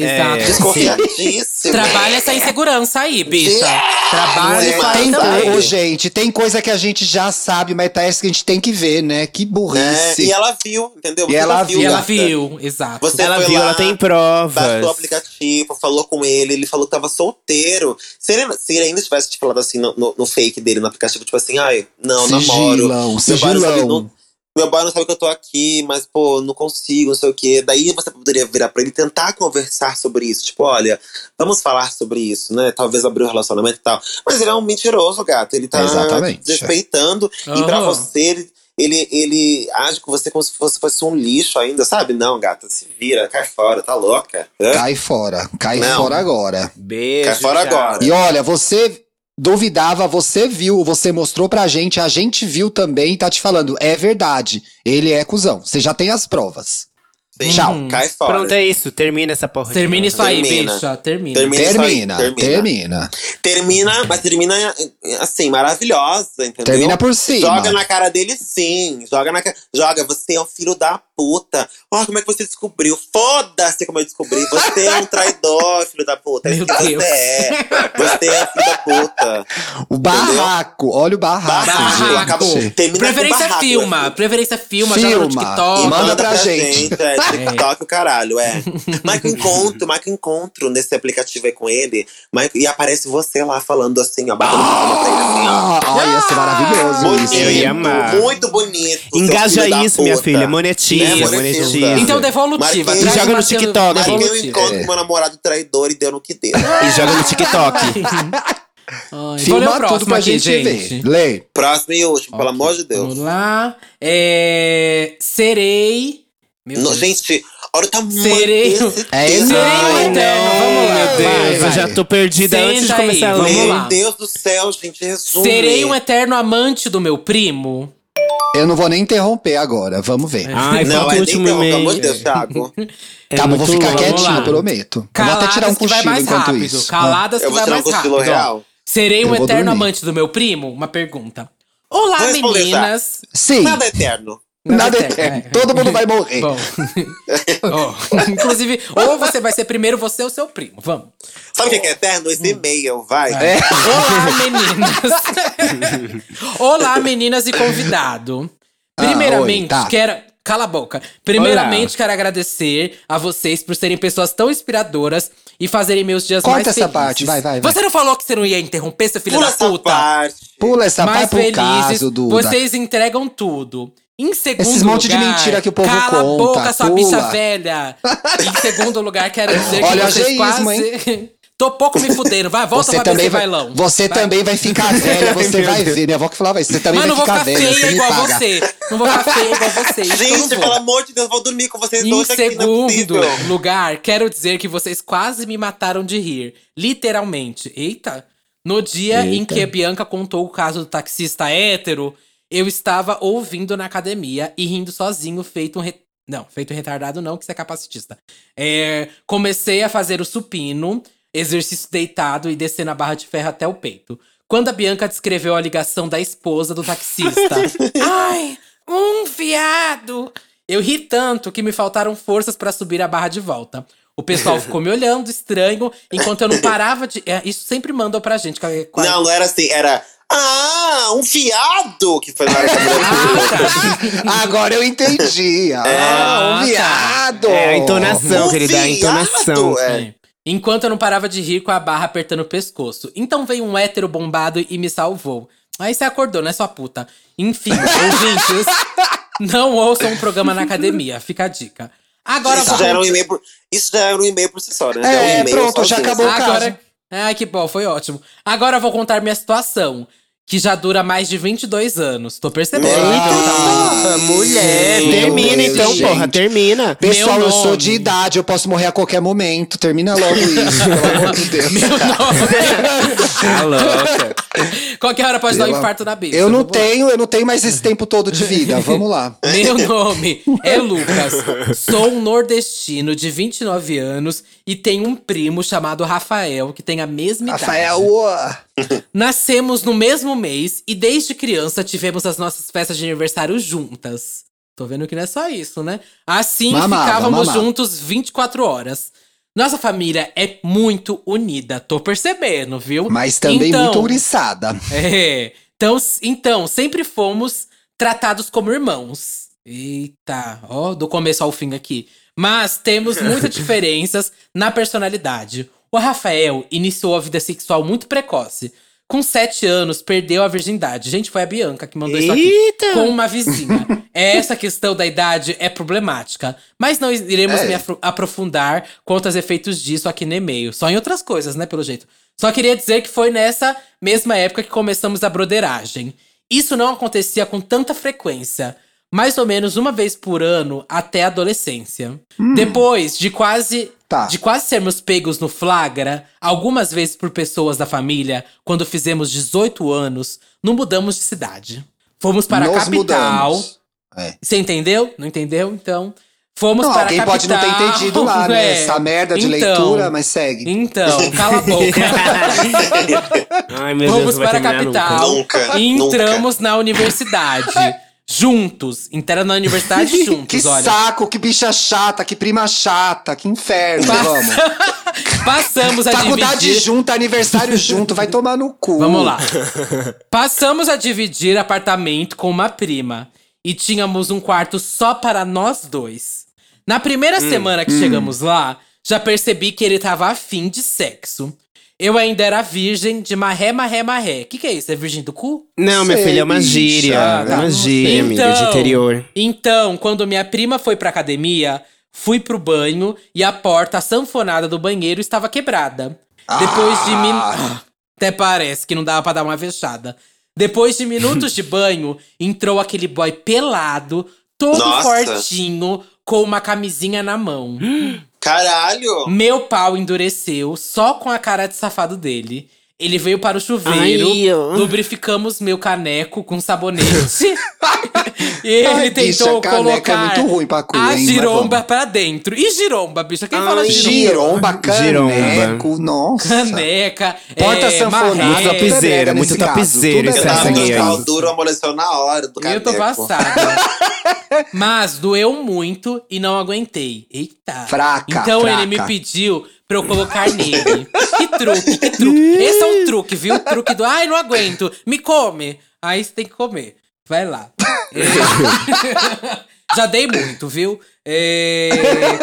[SPEAKER 5] É,
[SPEAKER 1] Exato.
[SPEAKER 2] Desconfiadíssima.
[SPEAKER 1] É. Trabalha essa insegurança aí, bicha.
[SPEAKER 2] é,
[SPEAKER 1] Trabalha
[SPEAKER 2] Mulher,
[SPEAKER 1] essa
[SPEAKER 5] Tem,
[SPEAKER 2] Exatamente.
[SPEAKER 5] co- ô, gente, tem coisa que a gente já sabe, mas parece que a gente tem que ver, né? Que
[SPEAKER 2] né?
[SPEAKER 5] burrice.
[SPEAKER 2] E ela viu, entendeu?
[SPEAKER 5] E ela viu.
[SPEAKER 1] E ela
[SPEAKER 2] gata.
[SPEAKER 1] viu, exato.
[SPEAKER 2] Você
[SPEAKER 3] ela
[SPEAKER 2] foi
[SPEAKER 3] viu,
[SPEAKER 2] lá,
[SPEAKER 3] ela tem provas.
[SPEAKER 2] Baixou o aplicativo, falou com ele, ele falou que tava solteiro. Se ele, se ele ainda tivesse te falado assim no, no- no fake dele, no aplicativo, tipo assim, ai, não, namoro.
[SPEAKER 5] Sigilão,
[SPEAKER 2] Meu pai não sabe,
[SPEAKER 5] sigilão.
[SPEAKER 2] não- meu pai não sabe que eu tô aqui, mas, pô, não consigo, não sei o quê. Daí você poderia virar pra ele e tentar conversar sobre isso. Tipo, olha, vamos falar sobre isso, né? Talvez abrir um relacionamento e tal. Mas ele é um mentiroso, gato. Ele tá
[SPEAKER 5] Exatamente,
[SPEAKER 2] desrespeitando. E pra
[SPEAKER 1] Aham.
[SPEAKER 2] você, ele, ele, ele age com você como se você fosse um lixo ainda, sabe? Não, gata, se vira, cai fora, tá louca. Hã?
[SPEAKER 5] Cai fora, cai
[SPEAKER 2] Não.
[SPEAKER 5] fora agora.
[SPEAKER 3] Beijo.
[SPEAKER 2] Cai fora
[SPEAKER 3] tchau.
[SPEAKER 2] agora.
[SPEAKER 5] E olha, você duvidava, você viu, você mostrou pra gente, a gente viu também, e tá te falando, é verdade, ele é cuzão. Você já tem as provas.
[SPEAKER 2] Sim,
[SPEAKER 5] Tchau.
[SPEAKER 1] Uhum.
[SPEAKER 2] Cai fora.
[SPEAKER 3] Pronto, é isso. Termina essa porra.
[SPEAKER 1] Termina isso aí,
[SPEAKER 2] Termina.
[SPEAKER 1] bicha. Termina.
[SPEAKER 2] Termina. isso aí,
[SPEAKER 5] Termina, termina, termina.
[SPEAKER 2] Termina, mas termina assim, maravilhosa, entendeu?
[SPEAKER 5] por cima.
[SPEAKER 2] Joga na cara dele sim. Joga na cara. Joga, você é um filho da puta. Ó, como é que você descobriu? Foda-se como eu descobri. Você é um traidor, filho da puta. É isso
[SPEAKER 1] Meu
[SPEAKER 2] que
[SPEAKER 1] Deus.
[SPEAKER 2] Você é. Você é filho da puta.
[SPEAKER 5] O barraco, olha o barraco,
[SPEAKER 1] Barraco.
[SPEAKER 5] gente.
[SPEAKER 2] Barraco. Termina com
[SPEAKER 1] Preferência
[SPEAKER 2] barraco,
[SPEAKER 1] filma.
[SPEAKER 2] né?
[SPEAKER 1] Preferência filma.
[SPEAKER 5] Filma.
[SPEAKER 1] Joga no
[SPEAKER 5] E
[SPEAKER 1] TikTok.
[SPEAKER 2] E
[SPEAKER 5] manda pra gente.
[SPEAKER 2] É, TikTok, o caralho, é. Marca um encontro, marca um encontro nesse aplicativo aí com ele. Marca- e aparece você lá falando assim, ó. Batendo palma pra ele assim, ó.
[SPEAKER 5] Ah, olha, ia ser maravilhoso
[SPEAKER 2] Bonito,
[SPEAKER 5] isso.
[SPEAKER 3] Ah! Eu ia
[SPEAKER 5] hein?
[SPEAKER 3] amar.
[SPEAKER 2] muito bonito. seu
[SPEAKER 3] Engaja
[SPEAKER 2] filho da
[SPEAKER 3] isso, minha
[SPEAKER 2] puta.
[SPEAKER 3] filha. Monetiza,
[SPEAKER 2] Né,
[SPEAKER 3] monetiza.
[SPEAKER 2] monetiza.
[SPEAKER 1] Então,
[SPEAKER 2] Marquei-
[SPEAKER 1] devolutiva. Traz
[SPEAKER 3] E joga no
[SPEAKER 1] uma
[SPEAKER 3] TikTok.
[SPEAKER 2] Marquei um
[SPEAKER 1] devolutiva.
[SPEAKER 2] encontro com meu namorado traidor e deu no que deu.
[SPEAKER 3] E joga no
[SPEAKER 1] [LAUGHS]
[SPEAKER 3] TikTok.
[SPEAKER 1] Então, Ai, vou ler é o
[SPEAKER 5] Filma
[SPEAKER 1] próximo
[SPEAKER 5] tudo pra
[SPEAKER 1] aqui,
[SPEAKER 5] gente, ver. Lê.
[SPEAKER 2] Próximo e último, pelo amor de Deus.
[SPEAKER 1] Vamos lá. É... Serei. Meu
[SPEAKER 2] No-
[SPEAKER 1] Deus.
[SPEAKER 2] gente, olha o tamanho
[SPEAKER 1] Serei-
[SPEAKER 2] desse
[SPEAKER 5] É
[SPEAKER 2] texto.
[SPEAKER 1] Serei
[SPEAKER 5] Ai,
[SPEAKER 1] o eterno. Vamos lá.
[SPEAKER 3] Meu
[SPEAKER 1] vai,
[SPEAKER 3] Deus, eu
[SPEAKER 1] vai.
[SPEAKER 3] já tô perdida
[SPEAKER 1] Senta
[SPEAKER 3] antes de
[SPEAKER 1] aí,
[SPEAKER 3] começar a
[SPEAKER 1] vamos
[SPEAKER 3] ler.
[SPEAKER 2] Meu
[SPEAKER 1] lá.
[SPEAKER 2] Deus do céu, gente, resume.
[SPEAKER 1] Serei um eterno amante do meu primo?
[SPEAKER 5] Eu não vou nem interromper agora, vamos ver.
[SPEAKER 3] Ai,
[SPEAKER 2] Não,
[SPEAKER 3] falta
[SPEAKER 2] é
[SPEAKER 3] o
[SPEAKER 2] nem
[SPEAKER 3] último
[SPEAKER 2] pelo amor de
[SPEAKER 3] e-mail.
[SPEAKER 2] Deus, Thiago.
[SPEAKER 3] É
[SPEAKER 5] tá bom, vou
[SPEAKER 3] muito
[SPEAKER 5] ficar
[SPEAKER 3] longo.
[SPEAKER 1] Vamos lá.
[SPEAKER 5] quietinho, prometo. vou até
[SPEAKER 1] Caladas
[SPEAKER 5] tirar um
[SPEAKER 1] que vai
[SPEAKER 5] cochilo
[SPEAKER 1] mais
[SPEAKER 5] enquanto
[SPEAKER 1] rápido.
[SPEAKER 5] isso. Ah,
[SPEAKER 1] Caladas
[SPEAKER 2] Eu
[SPEAKER 1] que
[SPEAKER 2] vou
[SPEAKER 1] vai
[SPEAKER 2] tirar um
[SPEAKER 1] mais
[SPEAKER 2] cochilo
[SPEAKER 1] rápido.
[SPEAKER 2] real.
[SPEAKER 1] Serei
[SPEAKER 5] Eu
[SPEAKER 1] um
[SPEAKER 5] vou
[SPEAKER 1] eterno
[SPEAKER 5] dormir.
[SPEAKER 1] amante do meu primo? Uma pergunta. Olá,
[SPEAKER 2] Vou responder, tá?
[SPEAKER 1] meninas.
[SPEAKER 5] Ah, Sim,
[SPEAKER 2] Nada é eterno.
[SPEAKER 5] nada eterno. Todo mundo vai morrer.
[SPEAKER 1] é.
[SPEAKER 2] [LAUGHS]
[SPEAKER 1] Bom. Ó, Inclusive, ou você vai ser primeiro você ou seu primo. Vamos.
[SPEAKER 2] Sabe o que que é eterno? Esse
[SPEAKER 1] Hum.
[SPEAKER 2] e-mail, vai.
[SPEAKER 5] É.
[SPEAKER 1] Olá,
[SPEAKER 2] [LAUGHS]
[SPEAKER 1] meninas. Olá, meninas e convidado.
[SPEAKER 5] Ah,
[SPEAKER 1] Primeiramente,
[SPEAKER 5] oi, tá.
[SPEAKER 1] quero. Cala a boca. Primeiramente, quero agradecer a vocês por serem pessoas tão inspiradoras e fazerem meus dias
[SPEAKER 5] Corta
[SPEAKER 1] mais
[SPEAKER 5] essa
[SPEAKER 1] felizes.
[SPEAKER 5] parte, vai, vai, vai.
[SPEAKER 1] Você não falou que você não ia interromper, seu filho
[SPEAKER 2] Pula
[SPEAKER 1] da
[SPEAKER 2] essa
[SPEAKER 1] puta?
[SPEAKER 2] parte.
[SPEAKER 5] Pula essa Tá, vai
[SPEAKER 1] mais
[SPEAKER 5] pro
[SPEAKER 1] felizes.
[SPEAKER 5] caso do.
[SPEAKER 1] Vocês entregam tudo. Em segundo
[SPEAKER 5] Esses monte de
[SPEAKER 1] lugar-
[SPEAKER 5] mentira que o povo
[SPEAKER 1] cala
[SPEAKER 5] conta,
[SPEAKER 1] a boca, sua
[SPEAKER 5] pula.
[SPEAKER 1] bicha velha. em segundo lugar, quero
[SPEAKER 5] [LAUGHS]
[SPEAKER 1] dizer
[SPEAKER 5] Olha,
[SPEAKER 1] que vocês
[SPEAKER 5] ageísmo,
[SPEAKER 1] quase... [LAUGHS] Tô pouco me fudendo. Vai, volta
[SPEAKER 5] Você
[SPEAKER 1] pra ver
[SPEAKER 5] também
[SPEAKER 1] esse
[SPEAKER 5] vai,
[SPEAKER 1] bailão.
[SPEAKER 5] você
[SPEAKER 1] Vai.
[SPEAKER 5] também
[SPEAKER 1] [LAUGHS]
[SPEAKER 5] vai ficar velha, você vai ver. Minha avó que falava isso, você também
[SPEAKER 1] Mas não
[SPEAKER 5] vai
[SPEAKER 1] vou
[SPEAKER 5] ficar
[SPEAKER 1] ficar
[SPEAKER 5] velha,
[SPEAKER 1] feia
[SPEAKER 5] você me
[SPEAKER 1] igual
[SPEAKER 5] paga.
[SPEAKER 1] você. Não vou ficar feia igual você. isso eu
[SPEAKER 2] Gente,
[SPEAKER 1] não
[SPEAKER 2] pelo
[SPEAKER 1] vou.
[SPEAKER 2] amor de Deus, vou dormir com vocês
[SPEAKER 1] Em
[SPEAKER 2] dois aqui, não é
[SPEAKER 1] segundo
[SPEAKER 2] possível.
[SPEAKER 1] lugar, quero dizer que vocês quase me mataram de rir. Literalmente. Eita! No dia em que a Bianca contou o caso do taxista hétero, eu estava ouvindo na academia e rindo sozinho, feito um. re- Não, feito um retardado, não, que você é capacitista. É, comecei a fazer o supino, exercício deitado e descendo a barra de ferro até o peito. Quando a Bianca descreveu a ligação da esposa do taxista. Ai, um viado! Eu ri tanto que me faltaram forças pra subir a barra de volta. O pessoal ficou me olhando estranho, enquanto eu não parava de. É, isso sempre mandam pra gente. que é quase-
[SPEAKER 2] Não, não era assim, era. Ah, um fiado! Que foi na hora que a mulher
[SPEAKER 1] Ah, tá.
[SPEAKER 5] [LAUGHS] Agora
[SPEAKER 1] [LAUGHS]
[SPEAKER 5] eu entendi. Ah,
[SPEAKER 1] Ah,
[SPEAKER 5] um
[SPEAKER 1] tá.
[SPEAKER 5] viado.
[SPEAKER 3] É a entonação,
[SPEAKER 2] Um
[SPEAKER 3] querida, a entonação.
[SPEAKER 2] viado, é.
[SPEAKER 1] Enquanto eu não parava de rir com a barra apertando o pescoço. Então veio um hétero bombado e me salvou. Aí você acordou, né, sua puta?
[SPEAKER 2] [LAUGHS]
[SPEAKER 1] Enfim, ouvintes, não ouçam um programa na academia, fica a dica. [LAUGHS] Agora
[SPEAKER 2] isso,
[SPEAKER 1] vamos.
[SPEAKER 2] já era um e-mail por, isso já era um e-mail por si só, né? já
[SPEAKER 5] É,
[SPEAKER 2] um e-mail
[SPEAKER 5] pronto, já
[SPEAKER 2] sozinho,
[SPEAKER 5] acabou
[SPEAKER 1] Ah,
[SPEAKER 5] o caso.
[SPEAKER 1] Agora... Ai, que bom, foi ótimo. Agora eu vou contar minha situação, que já dura mais de 22 anos. Tô
[SPEAKER 5] Ah,
[SPEAKER 1] percebendo.
[SPEAKER 3] Eita, mulher!
[SPEAKER 5] Meu
[SPEAKER 3] Termina
[SPEAKER 5] Deus,
[SPEAKER 3] então,
[SPEAKER 5] gente.
[SPEAKER 3] porra, termina.
[SPEAKER 5] Pessoal,
[SPEAKER 1] Meu
[SPEAKER 5] eu sou
[SPEAKER 1] nome.
[SPEAKER 5] de idade, eu posso morrer a qualquer momento. Termina logo isso, pelo amor de Deus.
[SPEAKER 1] Meu nome.
[SPEAKER 3] Tá louca.
[SPEAKER 1] [LAUGHS] Qualquer hora pode dar um
[SPEAKER 5] Pelo-
[SPEAKER 1] infarto na bicha.
[SPEAKER 5] Eu não
[SPEAKER 1] vamos lá.
[SPEAKER 5] tenho, eu não tenho mais esse tempo todo de vida. Vamos lá.
[SPEAKER 1] Meu nome é Lucas. Sou um nordestino de 29 anos e tenho um primo chamado Rafael, que tem a mesma
[SPEAKER 5] Rafael,
[SPEAKER 1] idade.
[SPEAKER 5] uô.
[SPEAKER 1] Nascemos no mesmo mês e desde criança tivemos as nossas festas de aniversário juntas. Tô vendo que não é só isso, né? Assim
[SPEAKER 5] Mamava,
[SPEAKER 1] ficávamos
[SPEAKER 5] mamava.
[SPEAKER 1] juntos 24 horas. Nossa família é muito unida, tô percebendo, viu?
[SPEAKER 5] mas também
[SPEAKER 1] Então,
[SPEAKER 5] muito ouriçada.
[SPEAKER 1] é. Então, s- então, sempre fomos tratados como irmãos. Eita, ó, do começo ao fim aqui. Mas temos muitas diferenças na personalidade. O Rafael iniciou a vida sexual muito precoce. Com sete anos, perdeu a virgindade. Gente, foi a Bianca que mandou isso aqui.
[SPEAKER 3] Eita!
[SPEAKER 1] Com uma
[SPEAKER 5] [LAUGHS]
[SPEAKER 1] vizinha. Essa questão da idade é problemática. Mas não iremos
[SPEAKER 5] É.
[SPEAKER 1] me afro- aprofundar quanto aos efeitos disso aqui no e-mail. Só em outras coisas, né, pelo jeito. Só queria dizer que foi nessa mesma época que começamos a broderagem. Isso não acontecia com tanta frequência. Mais ou menos uma vez por ano até a adolescência. Depois de quase
[SPEAKER 5] Hum. Tá.
[SPEAKER 1] de quase sermos pegos no flagra, algumas vezes por pessoas da família, quando fizemos 18 anos, não mudamos de cidade. Fomos para
[SPEAKER 5] Nós
[SPEAKER 1] a capital.
[SPEAKER 5] mudamos. É.
[SPEAKER 1] Você entendeu? Não entendeu? Então, fomos
[SPEAKER 5] Não,
[SPEAKER 1] para a
[SPEAKER 5] alguém
[SPEAKER 1] capital.
[SPEAKER 5] pode não ter
[SPEAKER 1] [LAUGHS]
[SPEAKER 5] entendido lá, né?
[SPEAKER 1] É.
[SPEAKER 5] Essa merda de
[SPEAKER 1] Então,
[SPEAKER 5] leitura, mas segue.
[SPEAKER 1] Então, cala a
[SPEAKER 3] [LAUGHS]
[SPEAKER 1] boca.
[SPEAKER 3] Ai, meu
[SPEAKER 1] Vamos
[SPEAKER 3] Deus, não vai
[SPEAKER 1] para a
[SPEAKER 3] terminar
[SPEAKER 1] capital.
[SPEAKER 3] nunca.
[SPEAKER 2] Nunca,
[SPEAKER 1] e
[SPEAKER 2] nunca.
[SPEAKER 1] entramos na
[SPEAKER 5] [LAUGHS]
[SPEAKER 1] universidade. juntos. Entramos na universidade juntos,
[SPEAKER 5] Que
[SPEAKER 1] olha.
[SPEAKER 5] saco, que bicha chata, que prima chata, que inferno.
[SPEAKER 1] Passa-
[SPEAKER 5] Vamos.
[SPEAKER 1] Passamos a
[SPEAKER 5] Faculdade
[SPEAKER 1] dividir.
[SPEAKER 5] junto, aniversário junto, vai tomar no cu.
[SPEAKER 1] Vamos lá. [LAUGHS] Passamos a dividir apartamento com uma prima. E tínhamos um quarto só para nós dois. Na primeira semana que chegamos lá, já percebi que ele tava afim de sexo. Eu ainda era virgem de marré, marré, marré. O que, que é isso? É virgem do cu?
[SPEAKER 3] Não, minha
[SPEAKER 5] Sei,
[SPEAKER 3] filha, é uma
[SPEAKER 5] bicha.
[SPEAKER 3] gíria.
[SPEAKER 5] Ah,
[SPEAKER 3] é uma
[SPEAKER 5] não
[SPEAKER 3] gíria, amiga, de interior.
[SPEAKER 1] Então, quando minha prima foi pra academia, fui pro banho e a porta sanfonada do banheiro estava quebrada. Depois de min... Até parece que não dava pra dar uma fechada. Depois de minutos de banho, entrou aquele boy pelado, todo
[SPEAKER 2] Nossa.
[SPEAKER 1] fortinho, com uma camisinha na mão.
[SPEAKER 2] Caralho!
[SPEAKER 1] Meu pau endureceu só com a cara de safado dele. Ele veio para o chuveiro,
[SPEAKER 3] Ai, eu-
[SPEAKER 1] lubrificamos meu caneco com
[SPEAKER 5] [LAUGHS]
[SPEAKER 1] sabonete. e ele
[SPEAKER 5] Ai, bicha,
[SPEAKER 1] tentou
[SPEAKER 5] caneca é
[SPEAKER 1] colocar
[SPEAKER 5] muito ruim pra cu, hein,
[SPEAKER 1] a
[SPEAKER 5] mas
[SPEAKER 1] giromba
[SPEAKER 5] vamos.
[SPEAKER 1] pra dentro. E giromba, bicha? Quem fala
[SPEAKER 3] Ai,
[SPEAKER 1] giromba?
[SPEAKER 5] Giromba,
[SPEAKER 3] Giromba.
[SPEAKER 5] caneco, né? nossa.
[SPEAKER 1] Caneca,
[SPEAKER 5] Porta
[SPEAKER 1] é,
[SPEAKER 5] sanfonada.
[SPEAKER 1] marreta.
[SPEAKER 3] Muito topzeira,
[SPEAKER 5] Pereira
[SPEAKER 3] muito
[SPEAKER 5] nesse caso,
[SPEAKER 3] topzeira essa
[SPEAKER 5] tudo
[SPEAKER 2] Eu
[SPEAKER 5] é
[SPEAKER 2] tava
[SPEAKER 5] sangue
[SPEAKER 2] dando
[SPEAKER 5] aí.
[SPEAKER 2] pau
[SPEAKER 3] sangueira.
[SPEAKER 2] duro, amoleceu na hora do
[SPEAKER 1] Eu tô
[SPEAKER 2] caneco.
[SPEAKER 1] passada.
[SPEAKER 5] [LAUGHS]
[SPEAKER 1] Mas doeu muito e não aguentei. Eita.
[SPEAKER 5] Fraca,
[SPEAKER 1] Então ele
[SPEAKER 5] fraca.
[SPEAKER 1] me pediu pra eu colocar nele. que truque, que truque. Esse é um truque, viu? O truque do. Ai, não aguento. Me come. Aí você tem que comer. Vai lá. É. [LAUGHS] Já dei muito, viu? É,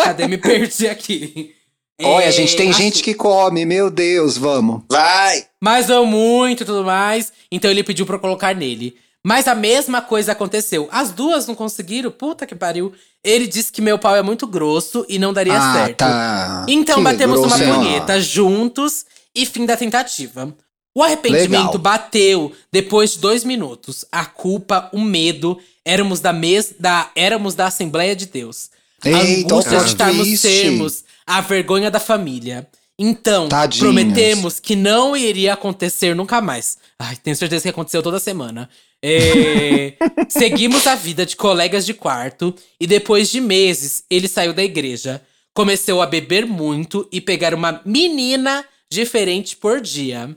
[SPEAKER 1] Cadê? Me perdi aqui. É,
[SPEAKER 5] Olha, gente, tem
[SPEAKER 1] assim.
[SPEAKER 5] gente que come, meu Deus, vamos.
[SPEAKER 1] [LAUGHS]
[SPEAKER 2] Vai!
[SPEAKER 1] Mas eu muito e tudo mais. Então ele pediu pra eu colocar nele. Mas a mesma coisa aconteceu. As duas não conseguiram, puta que pariu. Ele disse que meu pau é muito grosso e não daria
[SPEAKER 5] ah,
[SPEAKER 1] certo.
[SPEAKER 5] tá.
[SPEAKER 1] Então
[SPEAKER 5] Que
[SPEAKER 1] batemos uma
[SPEAKER 5] grosso, hein, ó.
[SPEAKER 1] punheta juntos e fim da tentativa. O arrependimento
[SPEAKER 5] Legal.
[SPEAKER 1] bateu depois de dois minutos. A culpa, o medo, éramos da mes da éramos da Assembleia de Deus. A
[SPEAKER 5] Eita,
[SPEAKER 1] angústia
[SPEAKER 5] olha o
[SPEAKER 1] de
[SPEAKER 5] plot
[SPEAKER 1] estarmos
[SPEAKER 5] twist.
[SPEAKER 1] sermos a vergonha da família. Então,
[SPEAKER 5] Tadinhos.
[SPEAKER 1] prometemos que não iria acontecer nunca mais. Ai, tenho certeza que aconteceu toda semana. É, seguimos a vida de colegas de quarto e depois de meses ele saiu da igreja. Começou a beber muito e pegar uma menina diferente por dia.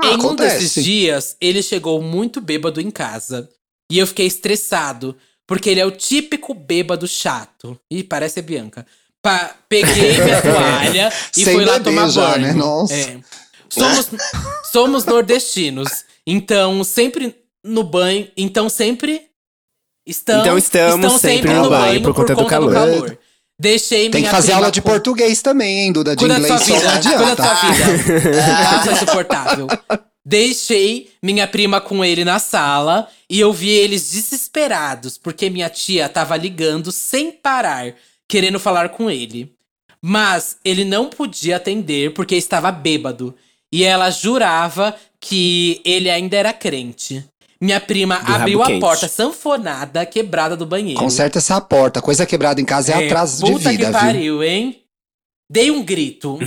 [SPEAKER 5] Ah,
[SPEAKER 1] em um
[SPEAKER 5] acontece.
[SPEAKER 1] desses dias, ele chegou muito bêbado em casa. E eu fiquei estressado, porque ele é o típico bêbado chato. Ih, parece a Bianca. Pa-
[SPEAKER 5] [LAUGHS]
[SPEAKER 1] peguei minha toalha e
[SPEAKER 5] Sem
[SPEAKER 1] fui lá
[SPEAKER 5] beber
[SPEAKER 1] tomar
[SPEAKER 5] já,
[SPEAKER 1] banho.
[SPEAKER 5] né? Nossa.
[SPEAKER 1] É. Somos, somos nordestinos, então sempre no banho, então sempre estão,
[SPEAKER 3] Então estamos sempre no banho por conta do
[SPEAKER 5] calor.
[SPEAKER 1] Deixei
[SPEAKER 5] Tem
[SPEAKER 1] minha
[SPEAKER 5] que fazer
[SPEAKER 1] prima
[SPEAKER 5] aula de
[SPEAKER 1] com-
[SPEAKER 5] português também, hein, Duda? De
[SPEAKER 1] Cuida da é sua
[SPEAKER 5] inglês só não
[SPEAKER 1] vida, cuida da
[SPEAKER 5] adianta.
[SPEAKER 1] sua
[SPEAKER 5] [LAUGHS]
[SPEAKER 1] vida. Tá só insuportável. Deixei minha prima com ele na sala e eu vi eles desesperados, porque minha tia tava ligando sem parar, querendo falar com ele. Mas ele não podia atender porque estava bêbado. E ela jurava que ele ainda era crente. Minha prima
[SPEAKER 3] Do
[SPEAKER 1] abriu
[SPEAKER 3] rabo
[SPEAKER 1] a
[SPEAKER 3] quente.
[SPEAKER 1] porta sanfonada, quebrada do banheiro.
[SPEAKER 5] Conserta essa porta. Coisa quebrada em casa é, atraso de
[SPEAKER 1] puta
[SPEAKER 5] vida,
[SPEAKER 1] que
[SPEAKER 5] viu?
[SPEAKER 1] pariu, hein? Dei um grito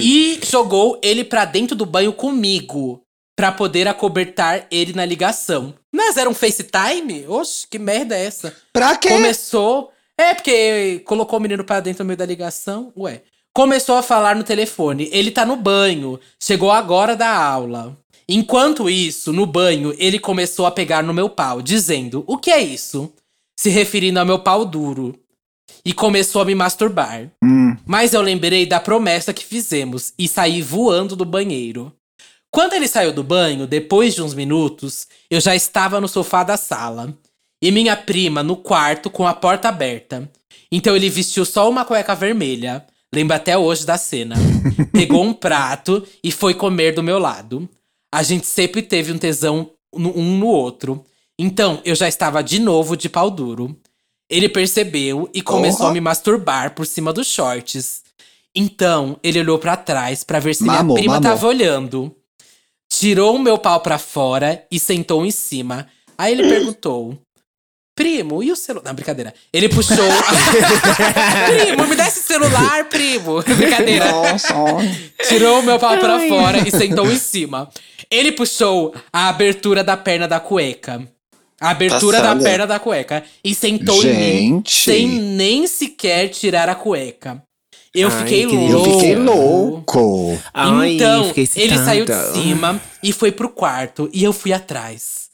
[SPEAKER 1] e jogou ele pra dentro do banho comigo. Pra poder acobertar ele na ligação. Mas era um FaceTime? Oxe, que merda é essa?
[SPEAKER 5] Pra quê?
[SPEAKER 1] Começou. É, porque colocou o menino pra dentro no meio da ligação. Ué. Começou a falar no telefone. Ele tá no banho. Chegou agora da aula. Enquanto isso, no banho, ele começou a pegar no meu pau, dizendo: O que é isso? Se referindo ao meu pau duro. E começou a me masturbar.
[SPEAKER 5] Hum.
[SPEAKER 1] Mas eu lembrei da promessa que fizemos e saí voando do banheiro. Quando ele saiu do banho, depois de uns minutos, eu já estava no sofá da sala. E minha prima no quarto com a porta aberta. Então ele vestiu só uma cueca vermelha. Lembro até hoje da
[SPEAKER 5] [LAUGHS]
[SPEAKER 1] cena. Pegou um prato e foi comer do meu lado. A gente sempre teve um tesão no- um no outro. Então eu já estava de novo de pau duro. Ele percebeu e começou
[SPEAKER 5] Porra.
[SPEAKER 1] a me masturbar por cima dos shorts. Então, ele olhou pra trás pra ver se
[SPEAKER 5] Mamou,
[SPEAKER 1] minha prima
[SPEAKER 5] mamou.
[SPEAKER 1] tava olhando. Tirou o meu pau pra fora e sentou em cima. Aí
[SPEAKER 5] [CLEARS THROAT]
[SPEAKER 1] ele perguntou: Primo, e o celular? Não, brincadeira. Ele puxou. primo, me dá esse celular, primo. Brincadeira.
[SPEAKER 5] Nossa, olha.
[SPEAKER 1] Tirou o meu pau pra fora e sentou em cima. Ele puxou a abertura da perna da cueca. A abertura
[SPEAKER 2] Passada.
[SPEAKER 1] da perna da cueca. E sentou em mim.
[SPEAKER 5] Tá Gente.
[SPEAKER 1] Sem nem sequer tirar a cueca. Eu
[SPEAKER 3] Ai,
[SPEAKER 1] fiquei
[SPEAKER 3] que delícia.
[SPEAKER 5] Eu
[SPEAKER 1] louco.
[SPEAKER 5] fiquei louco.
[SPEAKER 3] Ai,
[SPEAKER 1] então,
[SPEAKER 3] fiquei
[SPEAKER 1] ele
[SPEAKER 3] excitada.
[SPEAKER 1] saiu de cima e foi pro quarto. E eu fui atrás.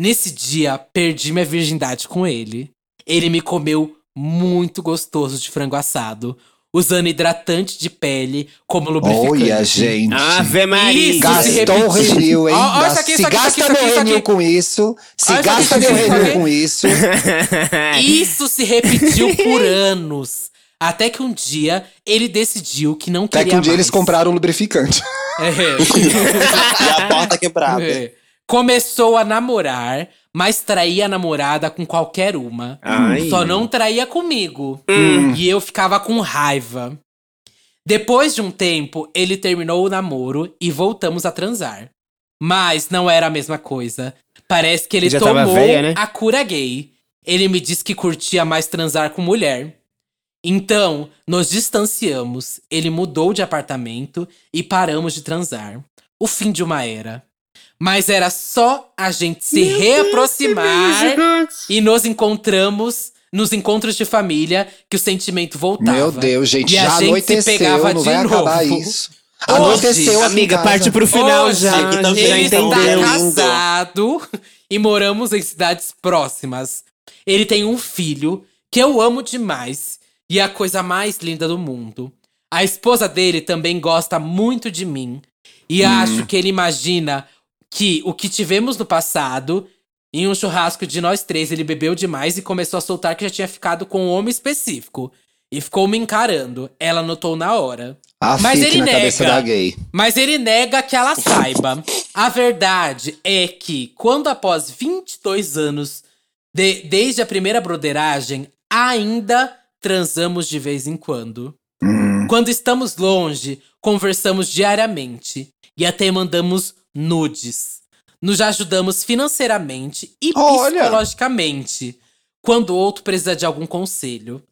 [SPEAKER 1] Nesse dia, perdi minha virgindade com ele. Ele me comeu muito gostoso de frango assado. Usando hidratante de pele como lubrificante.
[SPEAKER 5] Olha, gente.
[SPEAKER 3] Ave Maria!
[SPEAKER 1] Isso, se
[SPEAKER 5] Ah, Gastou o
[SPEAKER 1] repetir.
[SPEAKER 5] renil, hein?
[SPEAKER 1] Ó, ó, isso aqui,
[SPEAKER 5] se
[SPEAKER 1] isso aqui,
[SPEAKER 5] gasta
[SPEAKER 1] isso aqui,
[SPEAKER 5] meu
[SPEAKER 1] isso aqui.
[SPEAKER 5] renil com isso,
[SPEAKER 1] Ó, isso
[SPEAKER 5] se
[SPEAKER 1] aqui, isso
[SPEAKER 5] gasta meu
[SPEAKER 1] aqui, isso
[SPEAKER 5] renil
[SPEAKER 1] aqui.
[SPEAKER 5] com isso.
[SPEAKER 1] Isso se repetiu por anos. Até que um dia ele decidiu que não
[SPEAKER 5] Até
[SPEAKER 1] queria
[SPEAKER 5] que um dia
[SPEAKER 1] mais.
[SPEAKER 5] eles compraram lubrificante.
[SPEAKER 1] [LAUGHS] É.
[SPEAKER 2] E a porta quebrada.
[SPEAKER 1] É. [LAUGHS] Começou a namorar, mas traía a namorada com qualquer uma.
[SPEAKER 3] [LAUGHS] Ai.
[SPEAKER 1] Só não traía comigo. E eu ficava com raiva. Depois de um tempo, ele terminou o namoro e voltamos a transar. Mas não era a mesma coisa. Parece que ele
[SPEAKER 3] Já tava
[SPEAKER 1] tomou
[SPEAKER 3] velha, né?
[SPEAKER 1] a cura gay. Ele me disse que curtia mais transar com mulher. Então, nos distanciamos, ele mudou de apartamento e paramos de transar. O fim de uma era. Mas era só a gente se reaproximar e nos encontramos nos encontros de família que o sentimento voltava.
[SPEAKER 5] Meu Deus, gente,
[SPEAKER 1] E a
[SPEAKER 5] já
[SPEAKER 1] gente se
[SPEAKER 5] anoiteceu,
[SPEAKER 1] pegava
[SPEAKER 5] não
[SPEAKER 1] de
[SPEAKER 5] vai acabar
[SPEAKER 1] novo.
[SPEAKER 5] isso.
[SPEAKER 1] Hoje,
[SPEAKER 5] Anoiteceu aqui em
[SPEAKER 3] Amiga,
[SPEAKER 5] casa.
[SPEAKER 3] parte pro final
[SPEAKER 1] Hoje,
[SPEAKER 3] já.
[SPEAKER 2] que também
[SPEAKER 1] ele
[SPEAKER 3] já
[SPEAKER 1] está
[SPEAKER 2] entendeu.
[SPEAKER 1] casado e moramos em cidades próximas. Ele tem um filho que eu amo demais e é a coisa mais linda do mundo. A esposa dele também gosta muito de mim e
[SPEAKER 2] Hum.
[SPEAKER 1] acho que ele imagina que o que tivemos no passado em um churrasco de nós três, ele bebeu demais e começou a soltar que já tinha ficado com um homem específico. E ficou me encarando. Ela notou na hora.
[SPEAKER 5] A
[SPEAKER 1] Mas
[SPEAKER 5] Ah, fique
[SPEAKER 1] ele
[SPEAKER 5] na cabeça
[SPEAKER 1] nega.
[SPEAKER 5] da gay.
[SPEAKER 1] Mas ele nega que ela saiba. A verdade é que, quando após 22 anos, de- desde a primeira broderagem, ainda transamos de vez em quando. Quando estamos longe, conversamos diariamente e até mandamos nudes. Nos ajudamos financeiramente e
[SPEAKER 5] Olha!
[SPEAKER 1] psicologicamente quando o outro precisa de algum conselho.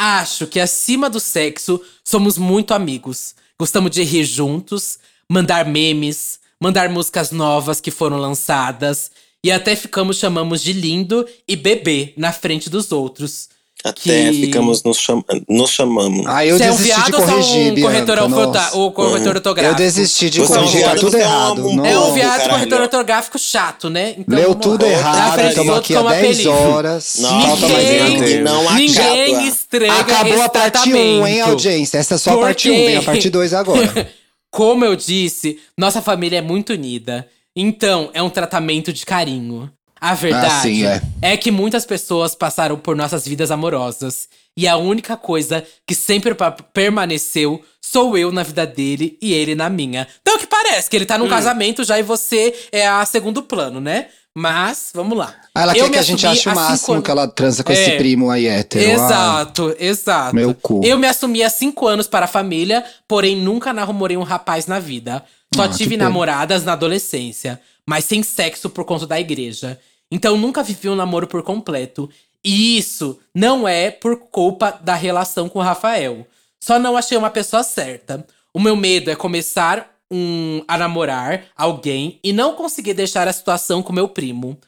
[SPEAKER 1] Acho que acima do sexo, somos muito amigos. Gostamos de rir juntos, mandar memes, mandar músicas novas que foram lançadas e até ficamos chamamos de lindo e bebê na frente dos outros.
[SPEAKER 2] Até
[SPEAKER 1] Que-
[SPEAKER 2] ficamos nos, chama nos chamamos.
[SPEAKER 5] Ah, eu
[SPEAKER 1] Você é um
[SPEAKER 5] desisti de
[SPEAKER 1] viado ou só
[SPEAKER 5] corrigir,
[SPEAKER 1] um
[SPEAKER 5] Bianca,
[SPEAKER 1] corretor, ortográfico-
[SPEAKER 5] nossa.
[SPEAKER 1] ou corretor
[SPEAKER 5] Eu
[SPEAKER 1] ortográfico?
[SPEAKER 5] desisti de
[SPEAKER 2] Você é um
[SPEAKER 5] corrigir, tá
[SPEAKER 2] viado,
[SPEAKER 5] tudo
[SPEAKER 2] você é um
[SPEAKER 5] errado.
[SPEAKER 2] amor.
[SPEAKER 1] É um
[SPEAKER 5] nossa.
[SPEAKER 1] viado
[SPEAKER 2] caralho.
[SPEAKER 1] corretor ortográfico chato, né? Então,
[SPEAKER 5] Leu
[SPEAKER 1] vamos lá.
[SPEAKER 5] tudo
[SPEAKER 1] Na
[SPEAKER 5] errado,
[SPEAKER 1] frente dos
[SPEAKER 5] estamos
[SPEAKER 1] outros,
[SPEAKER 5] aqui há
[SPEAKER 1] toma
[SPEAKER 5] 10
[SPEAKER 1] apelido.
[SPEAKER 5] horas.
[SPEAKER 2] Nossa,
[SPEAKER 5] Falta mais
[SPEAKER 2] ninguém-
[SPEAKER 5] um roteiro.
[SPEAKER 2] não acaba.
[SPEAKER 1] Ninguém estrega
[SPEAKER 5] Acabou a
[SPEAKER 1] esse
[SPEAKER 5] parte 1, hein,
[SPEAKER 1] tratamento.
[SPEAKER 5] audiência? Essa é só a
[SPEAKER 1] Por
[SPEAKER 5] parte 1,
[SPEAKER 1] quê?
[SPEAKER 5] vem a parte 2 agora.
[SPEAKER 1] [LAUGHS] Como eu disse, nossa família é muito unida. Então, é um tratamento de carinho. A
[SPEAKER 5] Ah, sim,
[SPEAKER 1] verdade
[SPEAKER 5] é.
[SPEAKER 1] é que muitas pessoas passaram por nossas vidas amorosas. E a única coisa que sempre pa- permaneceu sou eu na vida dele
[SPEAKER 5] Hum.
[SPEAKER 1] e ele na minha. Então, que parece que ele tá num casamento já e você é a segundo plano, né? Mas, vamos lá.
[SPEAKER 5] Ah, Ela
[SPEAKER 1] [LAUGHS] Eu me
[SPEAKER 5] quer que a gente
[SPEAKER 1] assumi
[SPEAKER 5] ache o
[SPEAKER 1] há cinco
[SPEAKER 5] máximo
[SPEAKER 1] anos-
[SPEAKER 5] que ela transa com
[SPEAKER 1] É.
[SPEAKER 5] esse primo aí hétero. Ah,
[SPEAKER 1] Exato, exato.
[SPEAKER 5] Meu cu.
[SPEAKER 1] Eu me assumi há cinco anos para a família, porém nunca namorei um rapaz na vida. Só
[SPEAKER 5] Ah, que
[SPEAKER 1] tive
[SPEAKER 5] pena.
[SPEAKER 1] namoradas na adolescência, mas sem sexo por conta da igreja. Então nunca vivi um namoro por completo. E isso não é por culpa da relação com o Rafael. Só não achei uma pessoa certa. O meu medo é começar um, a namorar alguém e não conseguir deixar a situação com meu primo.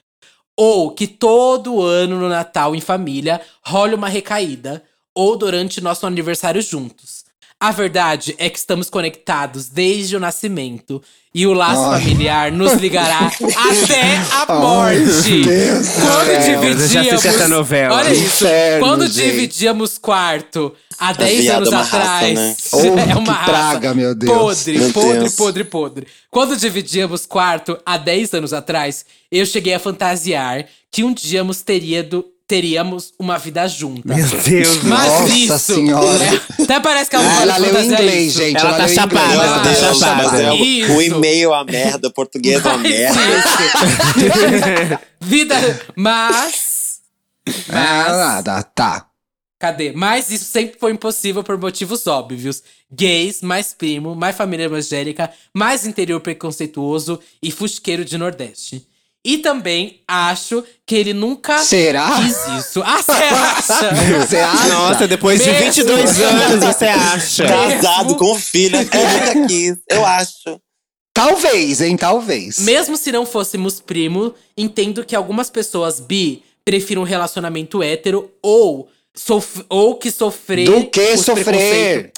[SPEAKER 1] Ou que todo ano no Natal em família role uma recaída, ou durante nosso aniversário juntos. A verdade é que estamos conectados desde o nascimento e o laço
[SPEAKER 5] Ai.
[SPEAKER 1] familiar nos ligará
[SPEAKER 5] [LAUGHS]
[SPEAKER 1] até a
[SPEAKER 5] Ai,
[SPEAKER 1] morte.
[SPEAKER 5] meu Deus do
[SPEAKER 1] Quando
[SPEAKER 5] céu.
[SPEAKER 3] Eu já
[SPEAKER 1] dividíamos.
[SPEAKER 3] assisti essa novela.
[SPEAKER 1] Olha isso.
[SPEAKER 5] Inferno,
[SPEAKER 1] quando
[SPEAKER 5] gente. Tá
[SPEAKER 1] dividíamos quarto há 10
[SPEAKER 2] viado
[SPEAKER 1] anos
[SPEAKER 2] é uma raça,
[SPEAKER 1] atrás.
[SPEAKER 2] né?
[SPEAKER 5] Oh,
[SPEAKER 1] [LAUGHS] é
[SPEAKER 5] que
[SPEAKER 1] uma raça.
[SPEAKER 5] praga, meu Deus.
[SPEAKER 1] Podre,
[SPEAKER 2] Meu
[SPEAKER 1] podre,
[SPEAKER 2] Deus.
[SPEAKER 1] podre, podre. Quando dividíamos quarto há 10 anos atrás, eu cheguei a fantasiar que um dia nos teria do- teríamos uma vida junta.
[SPEAKER 3] Meu Deus.
[SPEAKER 1] Mas
[SPEAKER 5] Nossa
[SPEAKER 1] isso.
[SPEAKER 5] Senhora.
[SPEAKER 1] é, até parece que ela, não
[SPEAKER 5] Ah, ela
[SPEAKER 1] pode
[SPEAKER 5] leu em
[SPEAKER 1] fantasiar
[SPEAKER 5] inglês,
[SPEAKER 1] isso.
[SPEAKER 5] gente.
[SPEAKER 3] Ela
[SPEAKER 5] Ela,
[SPEAKER 3] tá
[SPEAKER 5] leu em inglês.
[SPEAKER 3] chapada,
[SPEAKER 2] Meu
[SPEAKER 3] ela tá
[SPEAKER 2] Deus,
[SPEAKER 3] chapada.
[SPEAKER 2] mas é
[SPEAKER 1] Isso.
[SPEAKER 2] o, o e-mail é uma merda, o português é
[SPEAKER 1] [LAUGHS]
[SPEAKER 2] uma
[SPEAKER 1] Mas
[SPEAKER 2] merda.
[SPEAKER 1] isso. [LAUGHS] Vida. Mas. Mas.
[SPEAKER 5] Ah, nada, tá.
[SPEAKER 1] Cadê? Mas isso sempre foi impossível por motivos óbvios. Gays, mais primo, mais família evangélica, mais interior preconceituoso e fusqueiro de Nordeste. E também acho que ele nunca
[SPEAKER 5] Será?
[SPEAKER 1] quis isso. Ah, você acha?
[SPEAKER 5] Você acha?
[SPEAKER 3] Nossa, depois de
[SPEAKER 1] Mesmo. Tá.
[SPEAKER 3] 22 anos, você acha?
[SPEAKER 1] Mesmo.
[SPEAKER 2] Casado com filho, eu nunca quis, é eu acho.
[SPEAKER 5] Talvez, hein? Talvez.
[SPEAKER 1] Mesmo se não fôssemos primo, entendo que algumas pessoas bi prefiram um relacionamento hétero ou, sof- ou que sofrer.
[SPEAKER 5] Do que
[SPEAKER 1] os preconceitos-
[SPEAKER 5] sofrer?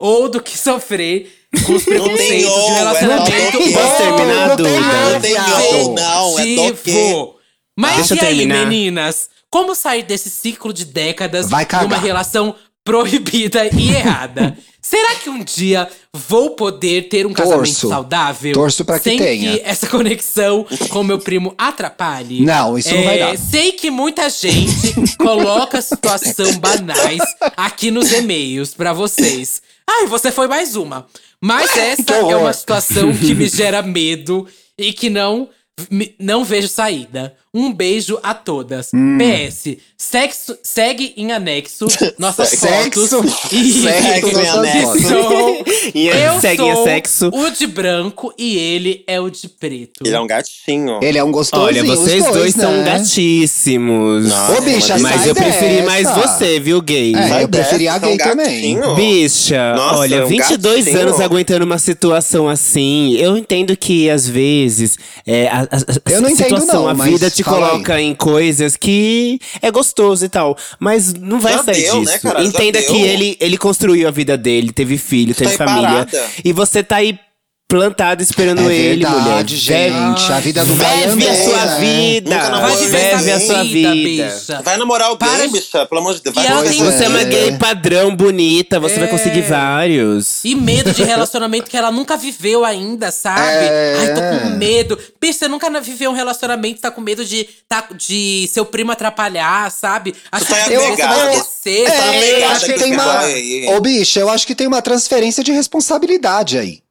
[SPEAKER 1] Ou do que sofrer com os
[SPEAKER 2] Não tem
[SPEAKER 1] preconceitos de um
[SPEAKER 2] ou, é
[SPEAKER 1] relacionamento.
[SPEAKER 2] só do que.
[SPEAKER 1] ou.
[SPEAKER 3] Posso terminar,
[SPEAKER 5] não tem
[SPEAKER 3] Duda?
[SPEAKER 5] nada,
[SPEAKER 2] Não tem
[SPEAKER 5] viado.
[SPEAKER 2] ou, não, é do que.
[SPEAKER 1] Vivo. Mas
[SPEAKER 3] Deixa eu
[SPEAKER 1] e aí,
[SPEAKER 3] terminar.
[SPEAKER 1] meninas? Como sair desse ciclo de décadas
[SPEAKER 5] Vai cagar.
[SPEAKER 1] numa relação proibida e
[SPEAKER 5] [LAUGHS]
[SPEAKER 1] errada? Será que um dia vou poder ter um casamento
[SPEAKER 5] Torço.
[SPEAKER 1] saudável?
[SPEAKER 5] Torço pra que
[SPEAKER 1] sem
[SPEAKER 5] tenha.
[SPEAKER 1] que essa conexão com meu primo atrapalhe? É,
[SPEAKER 5] Não, isso não vai dar.
[SPEAKER 1] Sei que muita gente coloca situação banais aqui nos e-mails pra vocês. Ai, você foi mais uma. Mas essa é uma
[SPEAKER 5] horror.
[SPEAKER 1] situação que me gera medo e que não me- não vejo saída. Um beijo a todas. PS, sexo, segue em anexo nossas
[SPEAKER 5] Sexo?
[SPEAKER 1] fotos. e-
[SPEAKER 5] Segue
[SPEAKER 1] [LAUGHS]
[SPEAKER 2] em anexo.
[SPEAKER 1] Sou-
[SPEAKER 3] E
[SPEAKER 1] eu
[SPEAKER 3] segue em
[SPEAKER 1] sou
[SPEAKER 3] sexo.
[SPEAKER 1] o de branco e ele é o de preto.
[SPEAKER 2] Ele é um gatinho.
[SPEAKER 5] Ele é um gostosinho.
[SPEAKER 3] Olha, vocês
[SPEAKER 5] os
[SPEAKER 3] dois, são
[SPEAKER 5] né?
[SPEAKER 3] gatíssimos.
[SPEAKER 2] Não.
[SPEAKER 5] Ô, bicha,
[SPEAKER 2] Mas
[SPEAKER 3] Mas
[SPEAKER 5] sai
[SPEAKER 3] eu preferi
[SPEAKER 5] dessa.
[SPEAKER 3] mais você, viu, gay?
[SPEAKER 5] É,
[SPEAKER 2] Vai
[SPEAKER 5] eu preferia
[SPEAKER 2] dessa,
[SPEAKER 5] gay
[SPEAKER 2] é um
[SPEAKER 5] também.
[SPEAKER 2] gatinho.
[SPEAKER 3] Bicha,
[SPEAKER 2] Nossa,
[SPEAKER 3] olha,
[SPEAKER 2] um
[SPEAKER 3] 22
[SPEAKER 2] gatinho.
[SPEAKER 3] anos aguentando uma situação assim. Eu entendo que às vezes é, a, a- a-
[SPEAKER 5] Eu não
[SPEAKER 3] a
[SPEAKER 5] entendo
[SPEAKER 3] situação,
[SPEAKER 5] não,
[SPEAKER 3] a
[SPEAKER 5] mas
[SPEAKER 3] vida te
[SPEAKER 5] fala aí.
[SPEAKER 3] coloca em coisas que é gostoso e tal, mas não vai
[SPEAKER 2] Já
[SPEAKER 3] sair
[SPEAKER 2] deu,
[SPEAKER 3] disso.
[SPEAKER 2] né, cara? Já
[SPEAKER 3] Entenda
[SPEAKER 2] deu. tá
[SPEAKER 3] que ele ele construiu a vida dele, teve filho, teve
[SPEAKER 2] aí
[SPEAKER 3] família.
[SPEAKER 2] parada.
[SPEAKER 3] E você tá aí plantado
[SPEAKER 5] É
[SPEAKER 3] esperando ele,
[SPEAKER 5] verdade,
[SPEAKER 3] mulher. É
[SPEAKER 5] gente. A vida do
[SPEAKER 3] Vive a sua
[SPEAKER 5] Baianeira, né?
[SPEAKER 2] Nunca
[SPEAKER 3] vida,
[SPEAKER 1] Vai
[SPEAKER 2] namorou
[SPEAKER 1] viver
[SPEAKER 3] vive
[SPEAKER 1] essa
[SPEAKER 3] a sua
[SPEAKER 1] vida,
[SPEAKER 3] vida.
[SPEAKER 1] bicha.
[SPEAKER 2] Vai namorar alguém,
[SPEAKER 1] Para-
[SPEAKER 2] bicha, pelo amor de
[SPEAKER 1] E
[SPEAKER 2] Deus. Vai
[SPEAKER 1] ela
[SPEAKER 2] namorar
[SPEAKER 1] tem-
[SPEAKER 3] Você é uma
[SPEAKER 5] É.
[SPEAKER 3] gay padrão, bonita, você vai
[SPEAKER 1] É.
[SPEAKER 3] conseguir vários.
[SPEAKER 1] E medo de relacionamento que ela nunca viveu ainda, sabe?
[SPEAKER 5] É.
[SPEAKER 1] Ai, tô com medo. Bicho, você nunca na- viveu um relacionamento, tá com medo de, tá, de seu primo atrapalhar, sabe? Acho
[SPEAKER 2] tá
[SPEAKER 1] que você
[SPEAKER 2] apegada.
[SPEAKER 1] vai crescer,
[SPEAKER 2] Tá
[SPEAKER 1] sabe?
[SPEAKER 5] É, eu
[SPEAKER 2] apegada
[SPEAKER 5] acho que
[SPEAKER 2] com
[SPEAKER 5] tem
[SPEAKER 2] esse
[SPEAKER 5] uma.
[SPEAKER 2] boy aí.
[SPEAKER 5] Ô, bicha, eu acho que tem uma transferência de responsabilidade aí.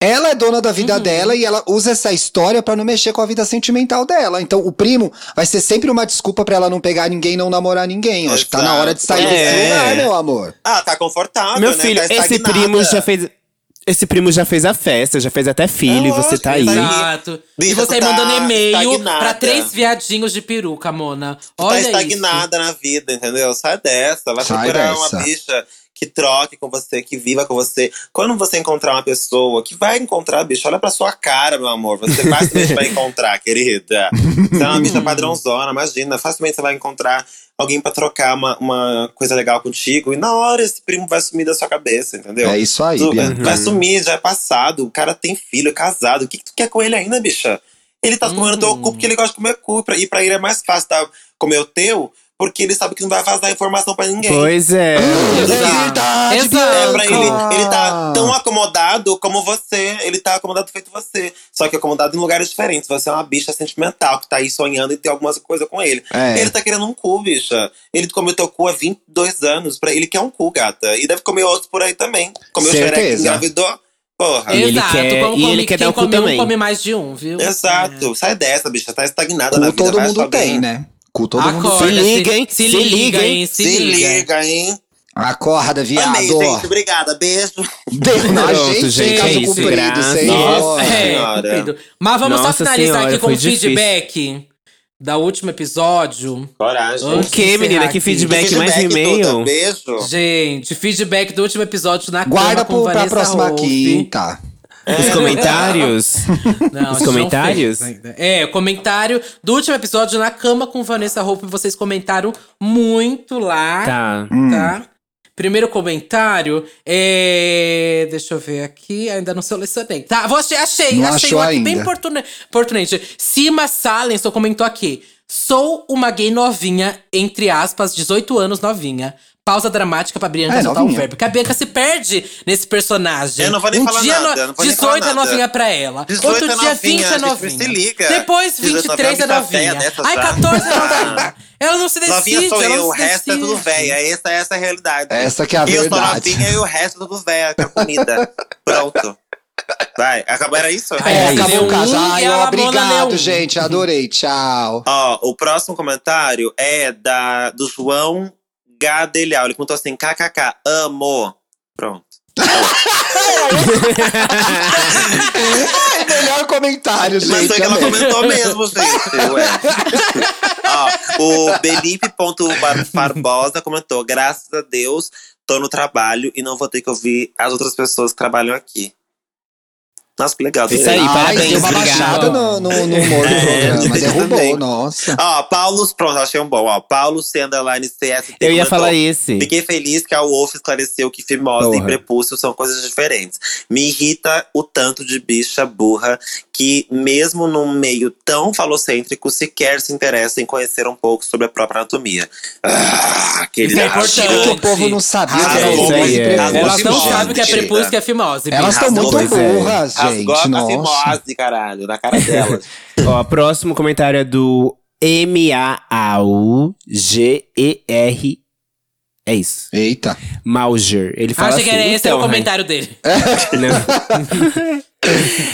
[SPEAKER 5] Ela é dona da
[SPEAKER 1] Uhum.
[SPEAKER 5] vida dela e ela usa essa história pra não mexer com a vida sentimental dela. Então, o primo vai ser sempre uma desculpa pra ela não pegar ninguém, não namorar ninguém. Eu acho que tá na
[SPEAKER 2] Exato.
[SPEAKER 5] hora de sair
[SPEAKER 3] É.
[SPEAKER 5] desse lugar, meu amor.
[SPEAKER 2] Ah, tá confortável,
[SPEAKER 3] Meu
[SPEAKER 2] né?
[SPEAKER 3] filho,
[SPEAKER 2] Tá
[SPEAKER 3] esse
[SPEAKER 2] estagnada.
[SPEAKER 3] primo já fez. Esse primo já fez a festa, já fez até filho, e você
[SPEAKER 2] lógico,
[SPEAKER 3] tá aí.
[SPEAKER 2] ele tá
[SPEAKER 1] Exato.
[SPEAKER 2] Bicha,
[SPEAKER 1] e você aí
[SPEAKER 2] tá
[SPEAKER 1] mandando e-mail
[SPEAKER 2] estagnada.
[SPEAKER 1] pra três viadinhos de peruca, Mona.
[SPEAKER 2] tá
[SPEAKER 1] Olha isso.
[SPEAKER 2] estagnada na vida, entendeu? Sai dessa, vai
[SPEAKER 5] Sai
[SPEAKER 2] procurar
[SPEAKER 5] dessa.
[SPEAKER 2] uma bicha que troque com você, que viva com você. Quando você encontrar uma pessoa que vai encontrar, bicho, olha pra sua cara, meu amor.
[SPEAKER 5] [LAUGHS]
[SPEAKER 2] Você facilmente vai encontrar, querida. Você é uma bicha padrãozona, imagina. Facilmente você vai encontrar alguém pra trocar uma, uma coisa legal contigo. E na hora esse primo vai sumir da sua cabeça, entendeu?
[SPEAKER 5] É isso aí,
[SPEAKER 2] Tu-
[SPEAKER 5] Bianca.
[SPEAKER 2] Vai sumir, já é passado. O cara tem filho, é casado. O que, que tu quer com ele ainda, bicha? Ele tá comendo teu cu porque ele gosta de comer cu. pra- E pra ele é mais fácil tá? comer o teu, porque ele sabe que não vai vazar informação pra ninguém.
[SPEAKER 3] Pois é.
[SPEAKER 1] Exato.
[SPEAKER 5] Verdade,
[SPEAKER 2] É pra
[SPEAKER 1] Exato.
[SPEAKER 2] ele. Ele tá tão acomodado como você. Ele tá acomodado feito você. Só que acomodado em lugares diferentes. Você é uma bicha sentimental que tá aí sonhando em ter alguma coisa com ele.
[SPEAKER 5] É.
[SPEAKER 2] Ele tá querendo um cu, bicha. Ele comeu teu cu há 22 anos. Pra ele quer um cu, gata. E deve comer outro por aí também. Comeu o xereque,
[SPEAKER 5] Certeza.
[SPEAKER 2] engravidou. Porra.
[SPEAKER 3] Ah, E ele
[SPEAKER 1] Exato,
[SPEAKER 3] quer-
[SPEAKER 1] como
[SPEAKER 3] e
[SPEAKER 1] come,
[SPEAKER 3] ele quer
[SPEAKER 1] quem
[SPEAKER 3] dar o cu
[SPEAKER 1] come
[SPEAKER 3] também.
[SPEAKER 1] um come mais de um, viu?
[SPEAKER 2] Exato. Sai dessa, bicha. Tá estagnada na
[SPEAKER 5] Cu
[SPEAKER 2] vida.
[SPEAKER 5] todo
[SPEAKER 2] vai
[SPEAKER 5] mundo
[SPEAKER 2] sozinha.
[SPEAKER 5] tem, né? Cu todo mundo
[SPEAKER 1] Acorda,
[SPEAKER 5] tem.
[SPEAKER 3] Se liga, hein?
[SPEAKER 1] Se,
[SPEAKER 3] Se
[SPEAKER 1] liga,
[SPEAKER 3] liga,
[SPEAKER 1] hein?
[SPEAKER 2] Se, liga. hein?
[SPEAKER 5] Acorda, viado.
[SPEAKER 2] Amei, gente. Obrigada. Beijo.
[SPEAKER 5] Deu na
[SPEAKER 3] Pronto,
[SPEAKER 5] gente,
[SPEAKER 3] gente,
[SPEAKER 5] caso
[SPEAKER 1] é isso,
[SPEAKER 5] cumprido,
[SPEAKER 3] graças.
[SPEAKER 5] sei
[SPEAKER 2] Nossa.
[SPEAKER 5] lá.
[SPEAKER 1] É,
[SPEAKER 2] Senhora.
[SPEAKER 1] cumprido. Mas vamos só
[SPEAKER 3] Nossa
[SPEAKER 1] finalizar
[SPEAKER 3] Senhora,
[SPEAKER 1] aqui com
[SPEAKER 3] foi
[SPEAKER 1] o
[SPEAKER 3] difícil.
[SPEAKER 1] feedback da último episódio.
[SPEAKER 2] Coragem.
[SPEAKER 1] Oi,
[SPEAKER 3] O que, menina? Que
[SPEAKER 1] Será que-
[SPEAKER 3] feedback mais
[SPEAKER 2] Feedback, Duda.
[SPEAKER 3] e-mail?
[SPEAKER 2] Beijo.
[SPEAKER 1] Gente, feedback do último episódio na cama
[SPEAKER 5] Guarda
[SPEAKER 1] com
[SPEAKER 5] pro, pra
[SPEAKER 1] Vanessa
[SPEAKER 5] próxima
[SPEAKER 1] Rolfe.
[SPEAKER 5] quinta.
[SPEAKER 2] É.
[SPEAKER 3] Os
[SPEAKER 2] [LAUGHS]
[SPEAKER 3] comentários?
[SPEAKER 1] Não,
[SPEAKER 3] Os
[SPEAKER 1] a gente não
[SPEAKER 3] comentários?
[SPEAKER 1] fez ainda. É, o comentário do último episódio na cama com Vanessa Hope. Vocês comentaram muito lá.
[SPEAKER 2] [LAUGHS]
[SPEAKER 3] Tá.
[SPEAKER 5] Hum.
[SPEAKER 1] tá? Primeiro comentário é. Deixa eu ver aqui, ainda não selecionei. Tá, vou achei, achei,
[SPEAKER 5] Não
[SPEAKER 1] achei
[SPEAKER 5] achou
[SPEAKER 1] um aqui bem
[SPEAKER 5] ainda.
[SPEAKER 1] importuna- importunante. Sima Salenson comentou aqui. Sou uma gay novinha, entre aspas, 18 anos novinha. Pausa dramática pra Bianca
[SPEAKER 5] É,
[SPEAKER 1] soltar
[SPEAKER 5] novinha.
[SPEAKER 1] o verbo. Porque a Bianca se perde nesse personagem.
[SPEAKER 2] Eu não vou nem
[SPEAKER 1] um
[SPEAKER 2] falar
[SPEAKER 1] dia
[SPEAKER 2] nada,
[SPEAKER 1] no-
[SPEAKER 2] não vou nem
[SPEAKER 1] 18
[SPEAKER 2] falar
[SPEAKER 1] é
[SPEAKER 2] nada.
[SPEAKER 1] novinha pra ela.
[SPEAKER 2] 18
[SPEAKER 1] Outro
[SPEAKER 2] é
[SPEAKER 1] dia,
[SPEAKER 2] novinha,
[SPEAKER 1] 20 é
[SPEAKER 2] gente,
[SPEAKER 1] novinha.
[SPEAKER 2] se liga.
[SPEAKER 1] Depois,
[SPEAKER 2] 18
[SPEAKER 1] 23 é
[SPEAKER 2] tá velha
[SPEAKER 1] novinha.
[SPEAKER 2] dessa
[SPEAKER 1] Ai,
[SPEAKER 2] já.
[SPEAKER 1] 14 é
[SPEAKER 2] Ah. [LAUGHS]
[SPEAKER 1] novinha. Ela não se decide,
[SPEAKER 2] Novinha sou
[SPEAKER 1] ela
[SPEAKER 2] eu,
[SPEAKER 1] não
[SPEAKER 2] o
[SPEAKER 1] se
[SPEAKER 2] resto é tudo
[SPEAKER 1] decide.
[SPEAKER 2] véia. Essa, essa é a realidade.
[SPEAKER 5] Essa que é a
[SPEAKER 2] eu sou
[SPEAKER 5] verdade.
[SPEAKER 2] novinha e o resto é tudo véia, que é comida. Pronto. Vai, acabou, era isso?
[SPEAKER 1] É,
[SPEAKER 5] É,
[SPEAKER 1] isso.
[SPEAKER 5] acabou o caso.
[SPEAKER 1] Um
[SPEAKER 5] Ai,
[SPEAKER 1] e ela manda
[SPEAKER 5] obrigado,
[SPEAKER 1] ler um.
[SPEAKER 5] gente. Adorei. [LAUGHS] Tchau.
[SPEAKER 2] Ó, o próximo comentário é da, do João Gadelial. Ele contou assim, kkk, amo. Pronto.
[SPEAKER 5] Melhor comentário, gente.
[SPEAKER 2] Mas foi que ela
[SPEAKER 5] amei.
[SPEAKER 2] comentou mesmo, gente. [LAUGHS] Ué. Ó, o Belipe.barbosa comentou: graças a Deus, tô no trabalho e não vou ter que ouvir as outras pessoas que trabalham aqui. Nossa, que legal.
[SPEAKER 3] Isso
[SPEAKER 2] adorei.
[SPEAKER 3] aí,
[SPEAKER 5] Ai,
[SPEAKER 3] parabéns,
[SPEAKER 5] deu uma
[SPEAKER 3] obrigado.
[SPEAKER 5] baixada no, no, no humor do
[SPEAKER 2] assim, É,
[SPEAKER 5] programa.
[SPEAKER 2] também.
[SPEAKER 5] Derrubou, nossa.
[SPEAKER 2] Ó, Paulo, pronto, achei um bom. Ó, Paulo C. Underline CS.
[SPEAKER 3] Eu ia falar esse.
[SPEAKER 2] Fiquei feliz que a Wolf esclareceu que fimose e
[SPEAKER 3] Porra.
[SPEAKER 2] prepúcio são coisas diferentes. Me irrita o tanto de bicha burra que, mesmo num meio tão falocêntrico, sequer se interessa em conhecer um pouco sobre a própria anatomia. Ah, aquele
[SPEAKER 1] Isso é
[SPEAKER 2] artigo.
[SPEAKER 5] É que
[SPEAKER 1] importante.
[SPEAKER 5] o povo não sabia
[SPEAKER 2] Rasgou,
[SPEAKER 5] que era
[SPEAKER 3] isso aí,
[SPEAKER 5] fimose
[SPEAKER 3] é.
[SPEAKER 5] prepúcio.
[SPEAKER 1] Elas não
[SPEAKER 2] Fimose,
[SPEAKER 1] sabem o que é
[SPEAKER 2] querida.
[SPEAKER 1] prepúcio e que é fimose.
[SPEAKER 5] Elas estão
[SPEAKER 2] rasgou,
[SPEAKER 5] muito
[SPEAKER 2] pois é.
[SPEAKER 5] burras,
[SPEAKER 2] Rasgou
[SPEAKER 5] gente.
[SPEAKER 2] a
[SPEAKER 5] Nossa.
[SPEAKER 2] fimose, caralho, na cara dela.
[SPEAKER 3] Ó, próximo comentário é do M-A-A-U-G-E-R. É isso.
[SPEAKER 5] Eita.
[SPEAKER 3] Mauger. Ele fala
[SPEAKER 1] Acho que
[SPEAKER 3] assim,
[SPEAKER 1] era esse
[SPEAKER 3] então,
[SPEAKER 1] o comentário dele. [LAUGHS]
[SPEAKER 3] Não.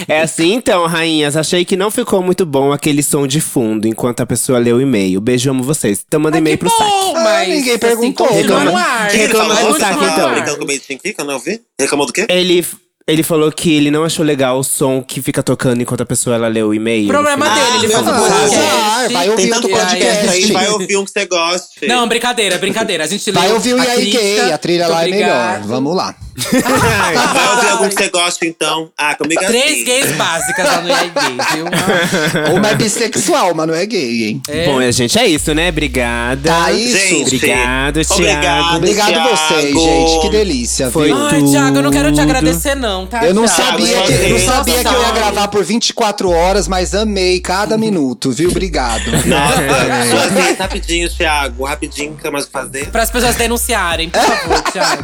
[SPEAKER 3] É assim então, rainhas. Achei que não ficou muito bom aquele som de fundo enquanto a pessoa lê o e-mail. Beijo, amo vocês. Então manda e-mail pro site.
[SPEAKER 5] Ah, ninguém perguntou,
[SPEAKER 1] assim, continua
[SPEAKER 3] né?
[SPEAKER 1] no ar.
[SPEAKER 2] Quem
[SPEAKER 3] Reclama
[SPEAKER 2] reclamou
[SPEAKER 3] do
[SPEAKER 2] do
[SPEAKER 3] saque,
[SPEAKER 2] que?
[SPEAKER 3] então.
[SPEAKER 2] Brincando com o Meitinho aqui, que eu não ouvi. Reclamou do quê?
[SPEAKER 3] Ele, ele falou que ele não achou legal o som que fica tocando enquanto a pessoa ela lê o e-mail.
[SPEAKER 1] Problema
[SPEAKER 3] Sabe?
[SPEAKER 1] dele, ele
[SPEAKER 5] Ah,
[SPEAKER 1] faz
[SPEAKER 5] meu
[SPEAKER 1] um
[SPEAKER 5] Deus.
[SPEAKER 1] podcast.
[SPEAKER 5] Ah,
[SPEAKER 2] Tem
[SPEAKER 5] vai ouvir Ouvi
[SPEAKER 2] tanto
[SPEAKER 5] outro
[SPEAKER 2] podcast aí,
[SPEAKER 5] podcast.
[SPEAKER 2] vai ouvir um que você goste.
[SPEAKER 1] Não, brincadeira, brincadeira. A gente
[SPEAKER 5] Vai
[SPEAKER 1] leu
[SPEAKER 5] ouvir o
[SPEAKER 1] a
[SPEAKER 5] E aí,
[SPEAKER 1] crítica,
[SPEAKER 5] gay. A trilha lá é
[SPEAKER 1] muito
[SPEAKER 5] melhor.
[SPEAKER 1] obrigado.
[SPEAKER 5] Vamos lá.
[SPEAKER 2] Vai ouvir algum que você goste, então. Ah, comigo é
[SPEAKER 1] Três
[SPEAKER 2] assim.
[SPEAKER 1] gays básicas lá no EA Gay, viu?
[SPEAKER 5] Uma é bissexual, mas não é gay, hein?
[SPEAKER 1] É.
[SPEAKER 3] Bom, [LAUGHS] é, gente, é isso, né? Obrigada.
[SPEAKER 5] Tá isso.
[SPEAKER 2] Gente,
[SPEAKER 3] Obrigado, Thiago.
[SPEAKER 2] obrigado.
[SPEAKER 5] Obrigado
[SPEAKER 2] Thiago.
[SPEAKER 5] vocês, gente. Que delícia,
[SPEAKER 3] Foi
[SPEAKER 5] viu?
[SPEAKER 1] Ai, Thiago, eu não quero te
[SPEAKER 3] tudo.
[SPEAKER 1] agradecer, não, tá?
[SPEAKER 5] Eu não
[SPEAKER 1] Thiago?
[SPEAKER 5] sabia, que, eu não sabia que eu ia gravar por 24 horas, mas amei
[SPEAKER 1] Uhum.
[SPEAKER 5] cada minuto, viu?
[SPEAKER 1] [LAUGHS]
[SPEAKER 5] Obrigado.
[SPEAKER 2] [LAUGHS] Nossa, só assim, rapidinho, Thiago. Rapidinho, não tem mais o que fazer.
[SPEAKER 1] Para as pessoas denunciarem, por favor, Thiago.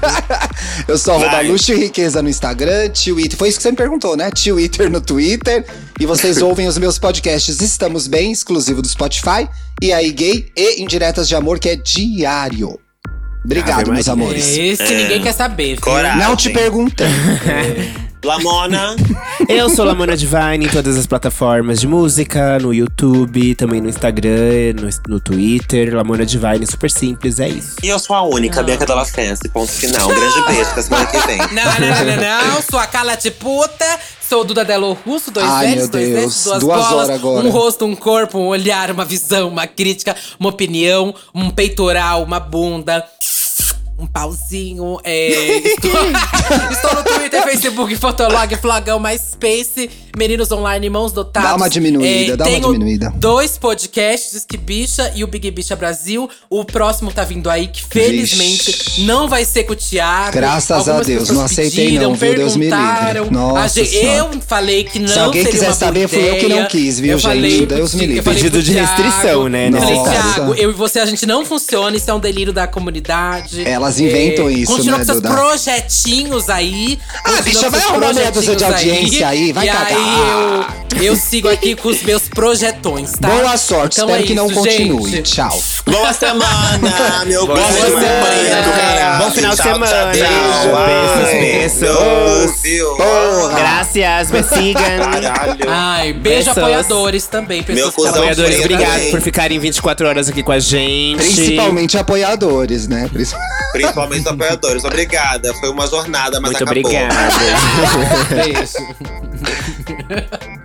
[SPEAKER 5] Eu sou arroba
[SPEAKER 2] Vai.
[SPEAKER 5] Luxo e Riqueza no Instagram, Twitter. Foi isso que você me perguntou, né? Twitter no Twitter. E
[SPEAKER 1] [LAUGHS]
[SPEAKER 5] vocês ouvem os meus podcasts Estamos Bem, exclusivo do Spotify. E aí, gay e Indiretas de Amor, que é diário. Obrigado,
[SPEAKER 3] Ave
[SPEAKER 5] meus
[SPEAKER 3] Maria.
[SPEAKER 5] amores.
[SPEAKER 1] Esse ninguém quer saber, viu?
[SPEAKER 2] Coragem.
[SPEAKER 5] Não te perguntei.
[SPEAKER 2] Lamona.
[SPEAKER 3] Eu sou Lamona Divine em todas as plataformas de música, no YouTube, também no Instagram, no, no Twitter. Lamona Divine, super simples, é isso.
[SPEAKER 2] [LAUGHS] e eu sou a única, Bianca Della Fence. Ponto final. Um grande beijo. Até semana que vem.
[SPEAKER 1] Não, não, não, não, não. Sou a cala de puta. Sou Duda Delo Russo, dois
[SPEAKER 5] Ai,
[SPEAKER 1] L's,
[SPEAKER 5] meu
[SPEAKER 1] dois
[SPEAKER 5] Deus.
[SPEAKER 1] dentes, duas,
[SPEAKER 5] Duas
[SPEAKER 1] bolas,
[SPEAKER 5] horas agora.
[SPEAKER 1] um rosto, um corpo, um olhar, uma visão, uma crítica, uma opinião, um peitoral, uma bunda. Um pauzinho, é,
[SPEAKER 5] [LAUGHS]
[SPEAKER 1] estou, estou no Twitter, Facebook, Fotolog, Flogão, MySpace, Meninos Online, Mãos Dotados. É,
[SPEAKER 5] Dá uma diminuída, dá uma
[SPEAKER 1] tenho
[SPEAKER 5] diminuída.
[SPEAKER 1] Dois podcasts, que Bicha e o Big Bicha Brasil. O próximo tá vindo aí, que felizmente
[SPEAKER 5] Vixe.
[SPEAKER 1] não vai ser com o Thiago.
[SPEAKER 5] Graças
[SPEAKER 1] Algumas
[SPEAKER 5] a Deus,
[SPEAKER 1] pessoas
[SPEAKER 5] não aceitei
[SPEAKER 1] pediram,
[SPEAKER 5] não, viu? Deus me livre.
[SPEAKER 1] perguntaram.
[SPEAKER 5] Nossa
[SPEAKER 1] A gente-
[SPEAKER 5] Senhora.
[SPEAKER 1] eu falei que não
[SPEAKER 5] Se alguém
[SPEAKER 1] seria
[SPEAKER 5] quiser
[SPEAKER 1] uma boa
[SPEAKER 5] saber, fui eu que não
[SPEAKER 1] ideia.
[SPEAKER 5] quis, viu,
[SPEAKER 1] Eu
[SPEAKER 5] gente?
[SPEAKER 1] falei pro
[SPEAKER 5] Deus me
[SPEAKER 1] Ti-
[SPEAKER 5] livre.
[SPEAKER 1] eu falei
[SPEAKER 3] Pedido
[SPEAKER 1] pro
[SPEAKER 3] de
[SPEAKER 1] Thiago,
[SPEAKER 3] restrição, né,
[SPEAKER 1] Eu falei,
[SPEAKER 5] nesse caso.
[SPEAKER 1] Thiago, eu e você, a gente não funciona, isso é um delírio da comunidade. É,
[SPEAKER 5] Elas inventam isso,
[SPEAKER 1] continua com
[SPEAKER 5] né,
[SPEAKER 1] seus
[SPEAKER 5] Duda?
[SPEAKER 1] projetinhos aí.
[SPEAKER 5] Ah,
[SPEAKER 1] continua
[SPEAKER 5] bicha,
[SPEAKER 1] com
[SPEAKER 5] vai
[SPEAKER 1] seus
[SPEAKER 5] arrumar meia dúzia de
[SPEAKER 1] projetinhos aí,
[SPEAKER 5] audiência aí, vai
[SPEAKER 1] E
[SPEAKER 5] cagar.
[SPEAKER 1] aí eu, eu sigo aqui com os meus projetões, [LAUGHS] tá?
[SPEAKER 5] Boa sorte,
[SPEAKER 1] Então
[SPEAKER 5] espero
[SPEAKER 1] é
[SPEAKER 5] que não
[SPEAKER 1] isso,
[SPEAKER 5] continue.
[SPEAKER 1] gente.
[SPEAKER 5] Tchau.
[SPEAKER 2] [LAUGHS] Boa semana, meu
[SPEAKER 3] Boa
[SPEAKER 2] grande
[SPEAKER 3] semana.
[SPEAKER 2] marido, caralho.
[SPEAKER 3] Bom final de
[SPEAKER 2] Tchau,
[SPEAKER 3] semana.
[SPEAKER 2] tchau,
[SPEAKER 3] Beijo,
[SPEAKER 2] tchau.
[SPEAKER 3] beijos,
[SPEAKER 2] Ai,
[SPEAKER 3] beijos.
[SPEAKER 2] meu Deus.
[SPEAKER 3] Graças, me sigam.
[SPEAKER 2] Caralho.
[SPEAKER 1] Ai, beijo
[SPEAKER 3] Pessoas.
[SPEAKER 1] apoiadores também, pessoas
[SPEAKER 2] Meu
[SPEAKER 1] que trabalham
[SPEAKER 2] cuzão
[SPEAKER 3] Apoiadores,
[SPEAKER 1] com ele.
[SPEAKER 3] obrigado
[SPEAKER 2] também.
[SPEAKER 3] por ficarem 24 horas aqui com a gente. [LAUGHS]
[SPEAKER 5] Principalmente apoiadores, né? Principalmente.
[SPEAKER 2] Principalmente os apoiadores. Obrigada. Foi uma jornada, mas
[SPEAKER 3] Muito
[SPEAKER 2] acabou.
[SPEAKER 3] obrigado.
[SPEAKER 1] Beijo.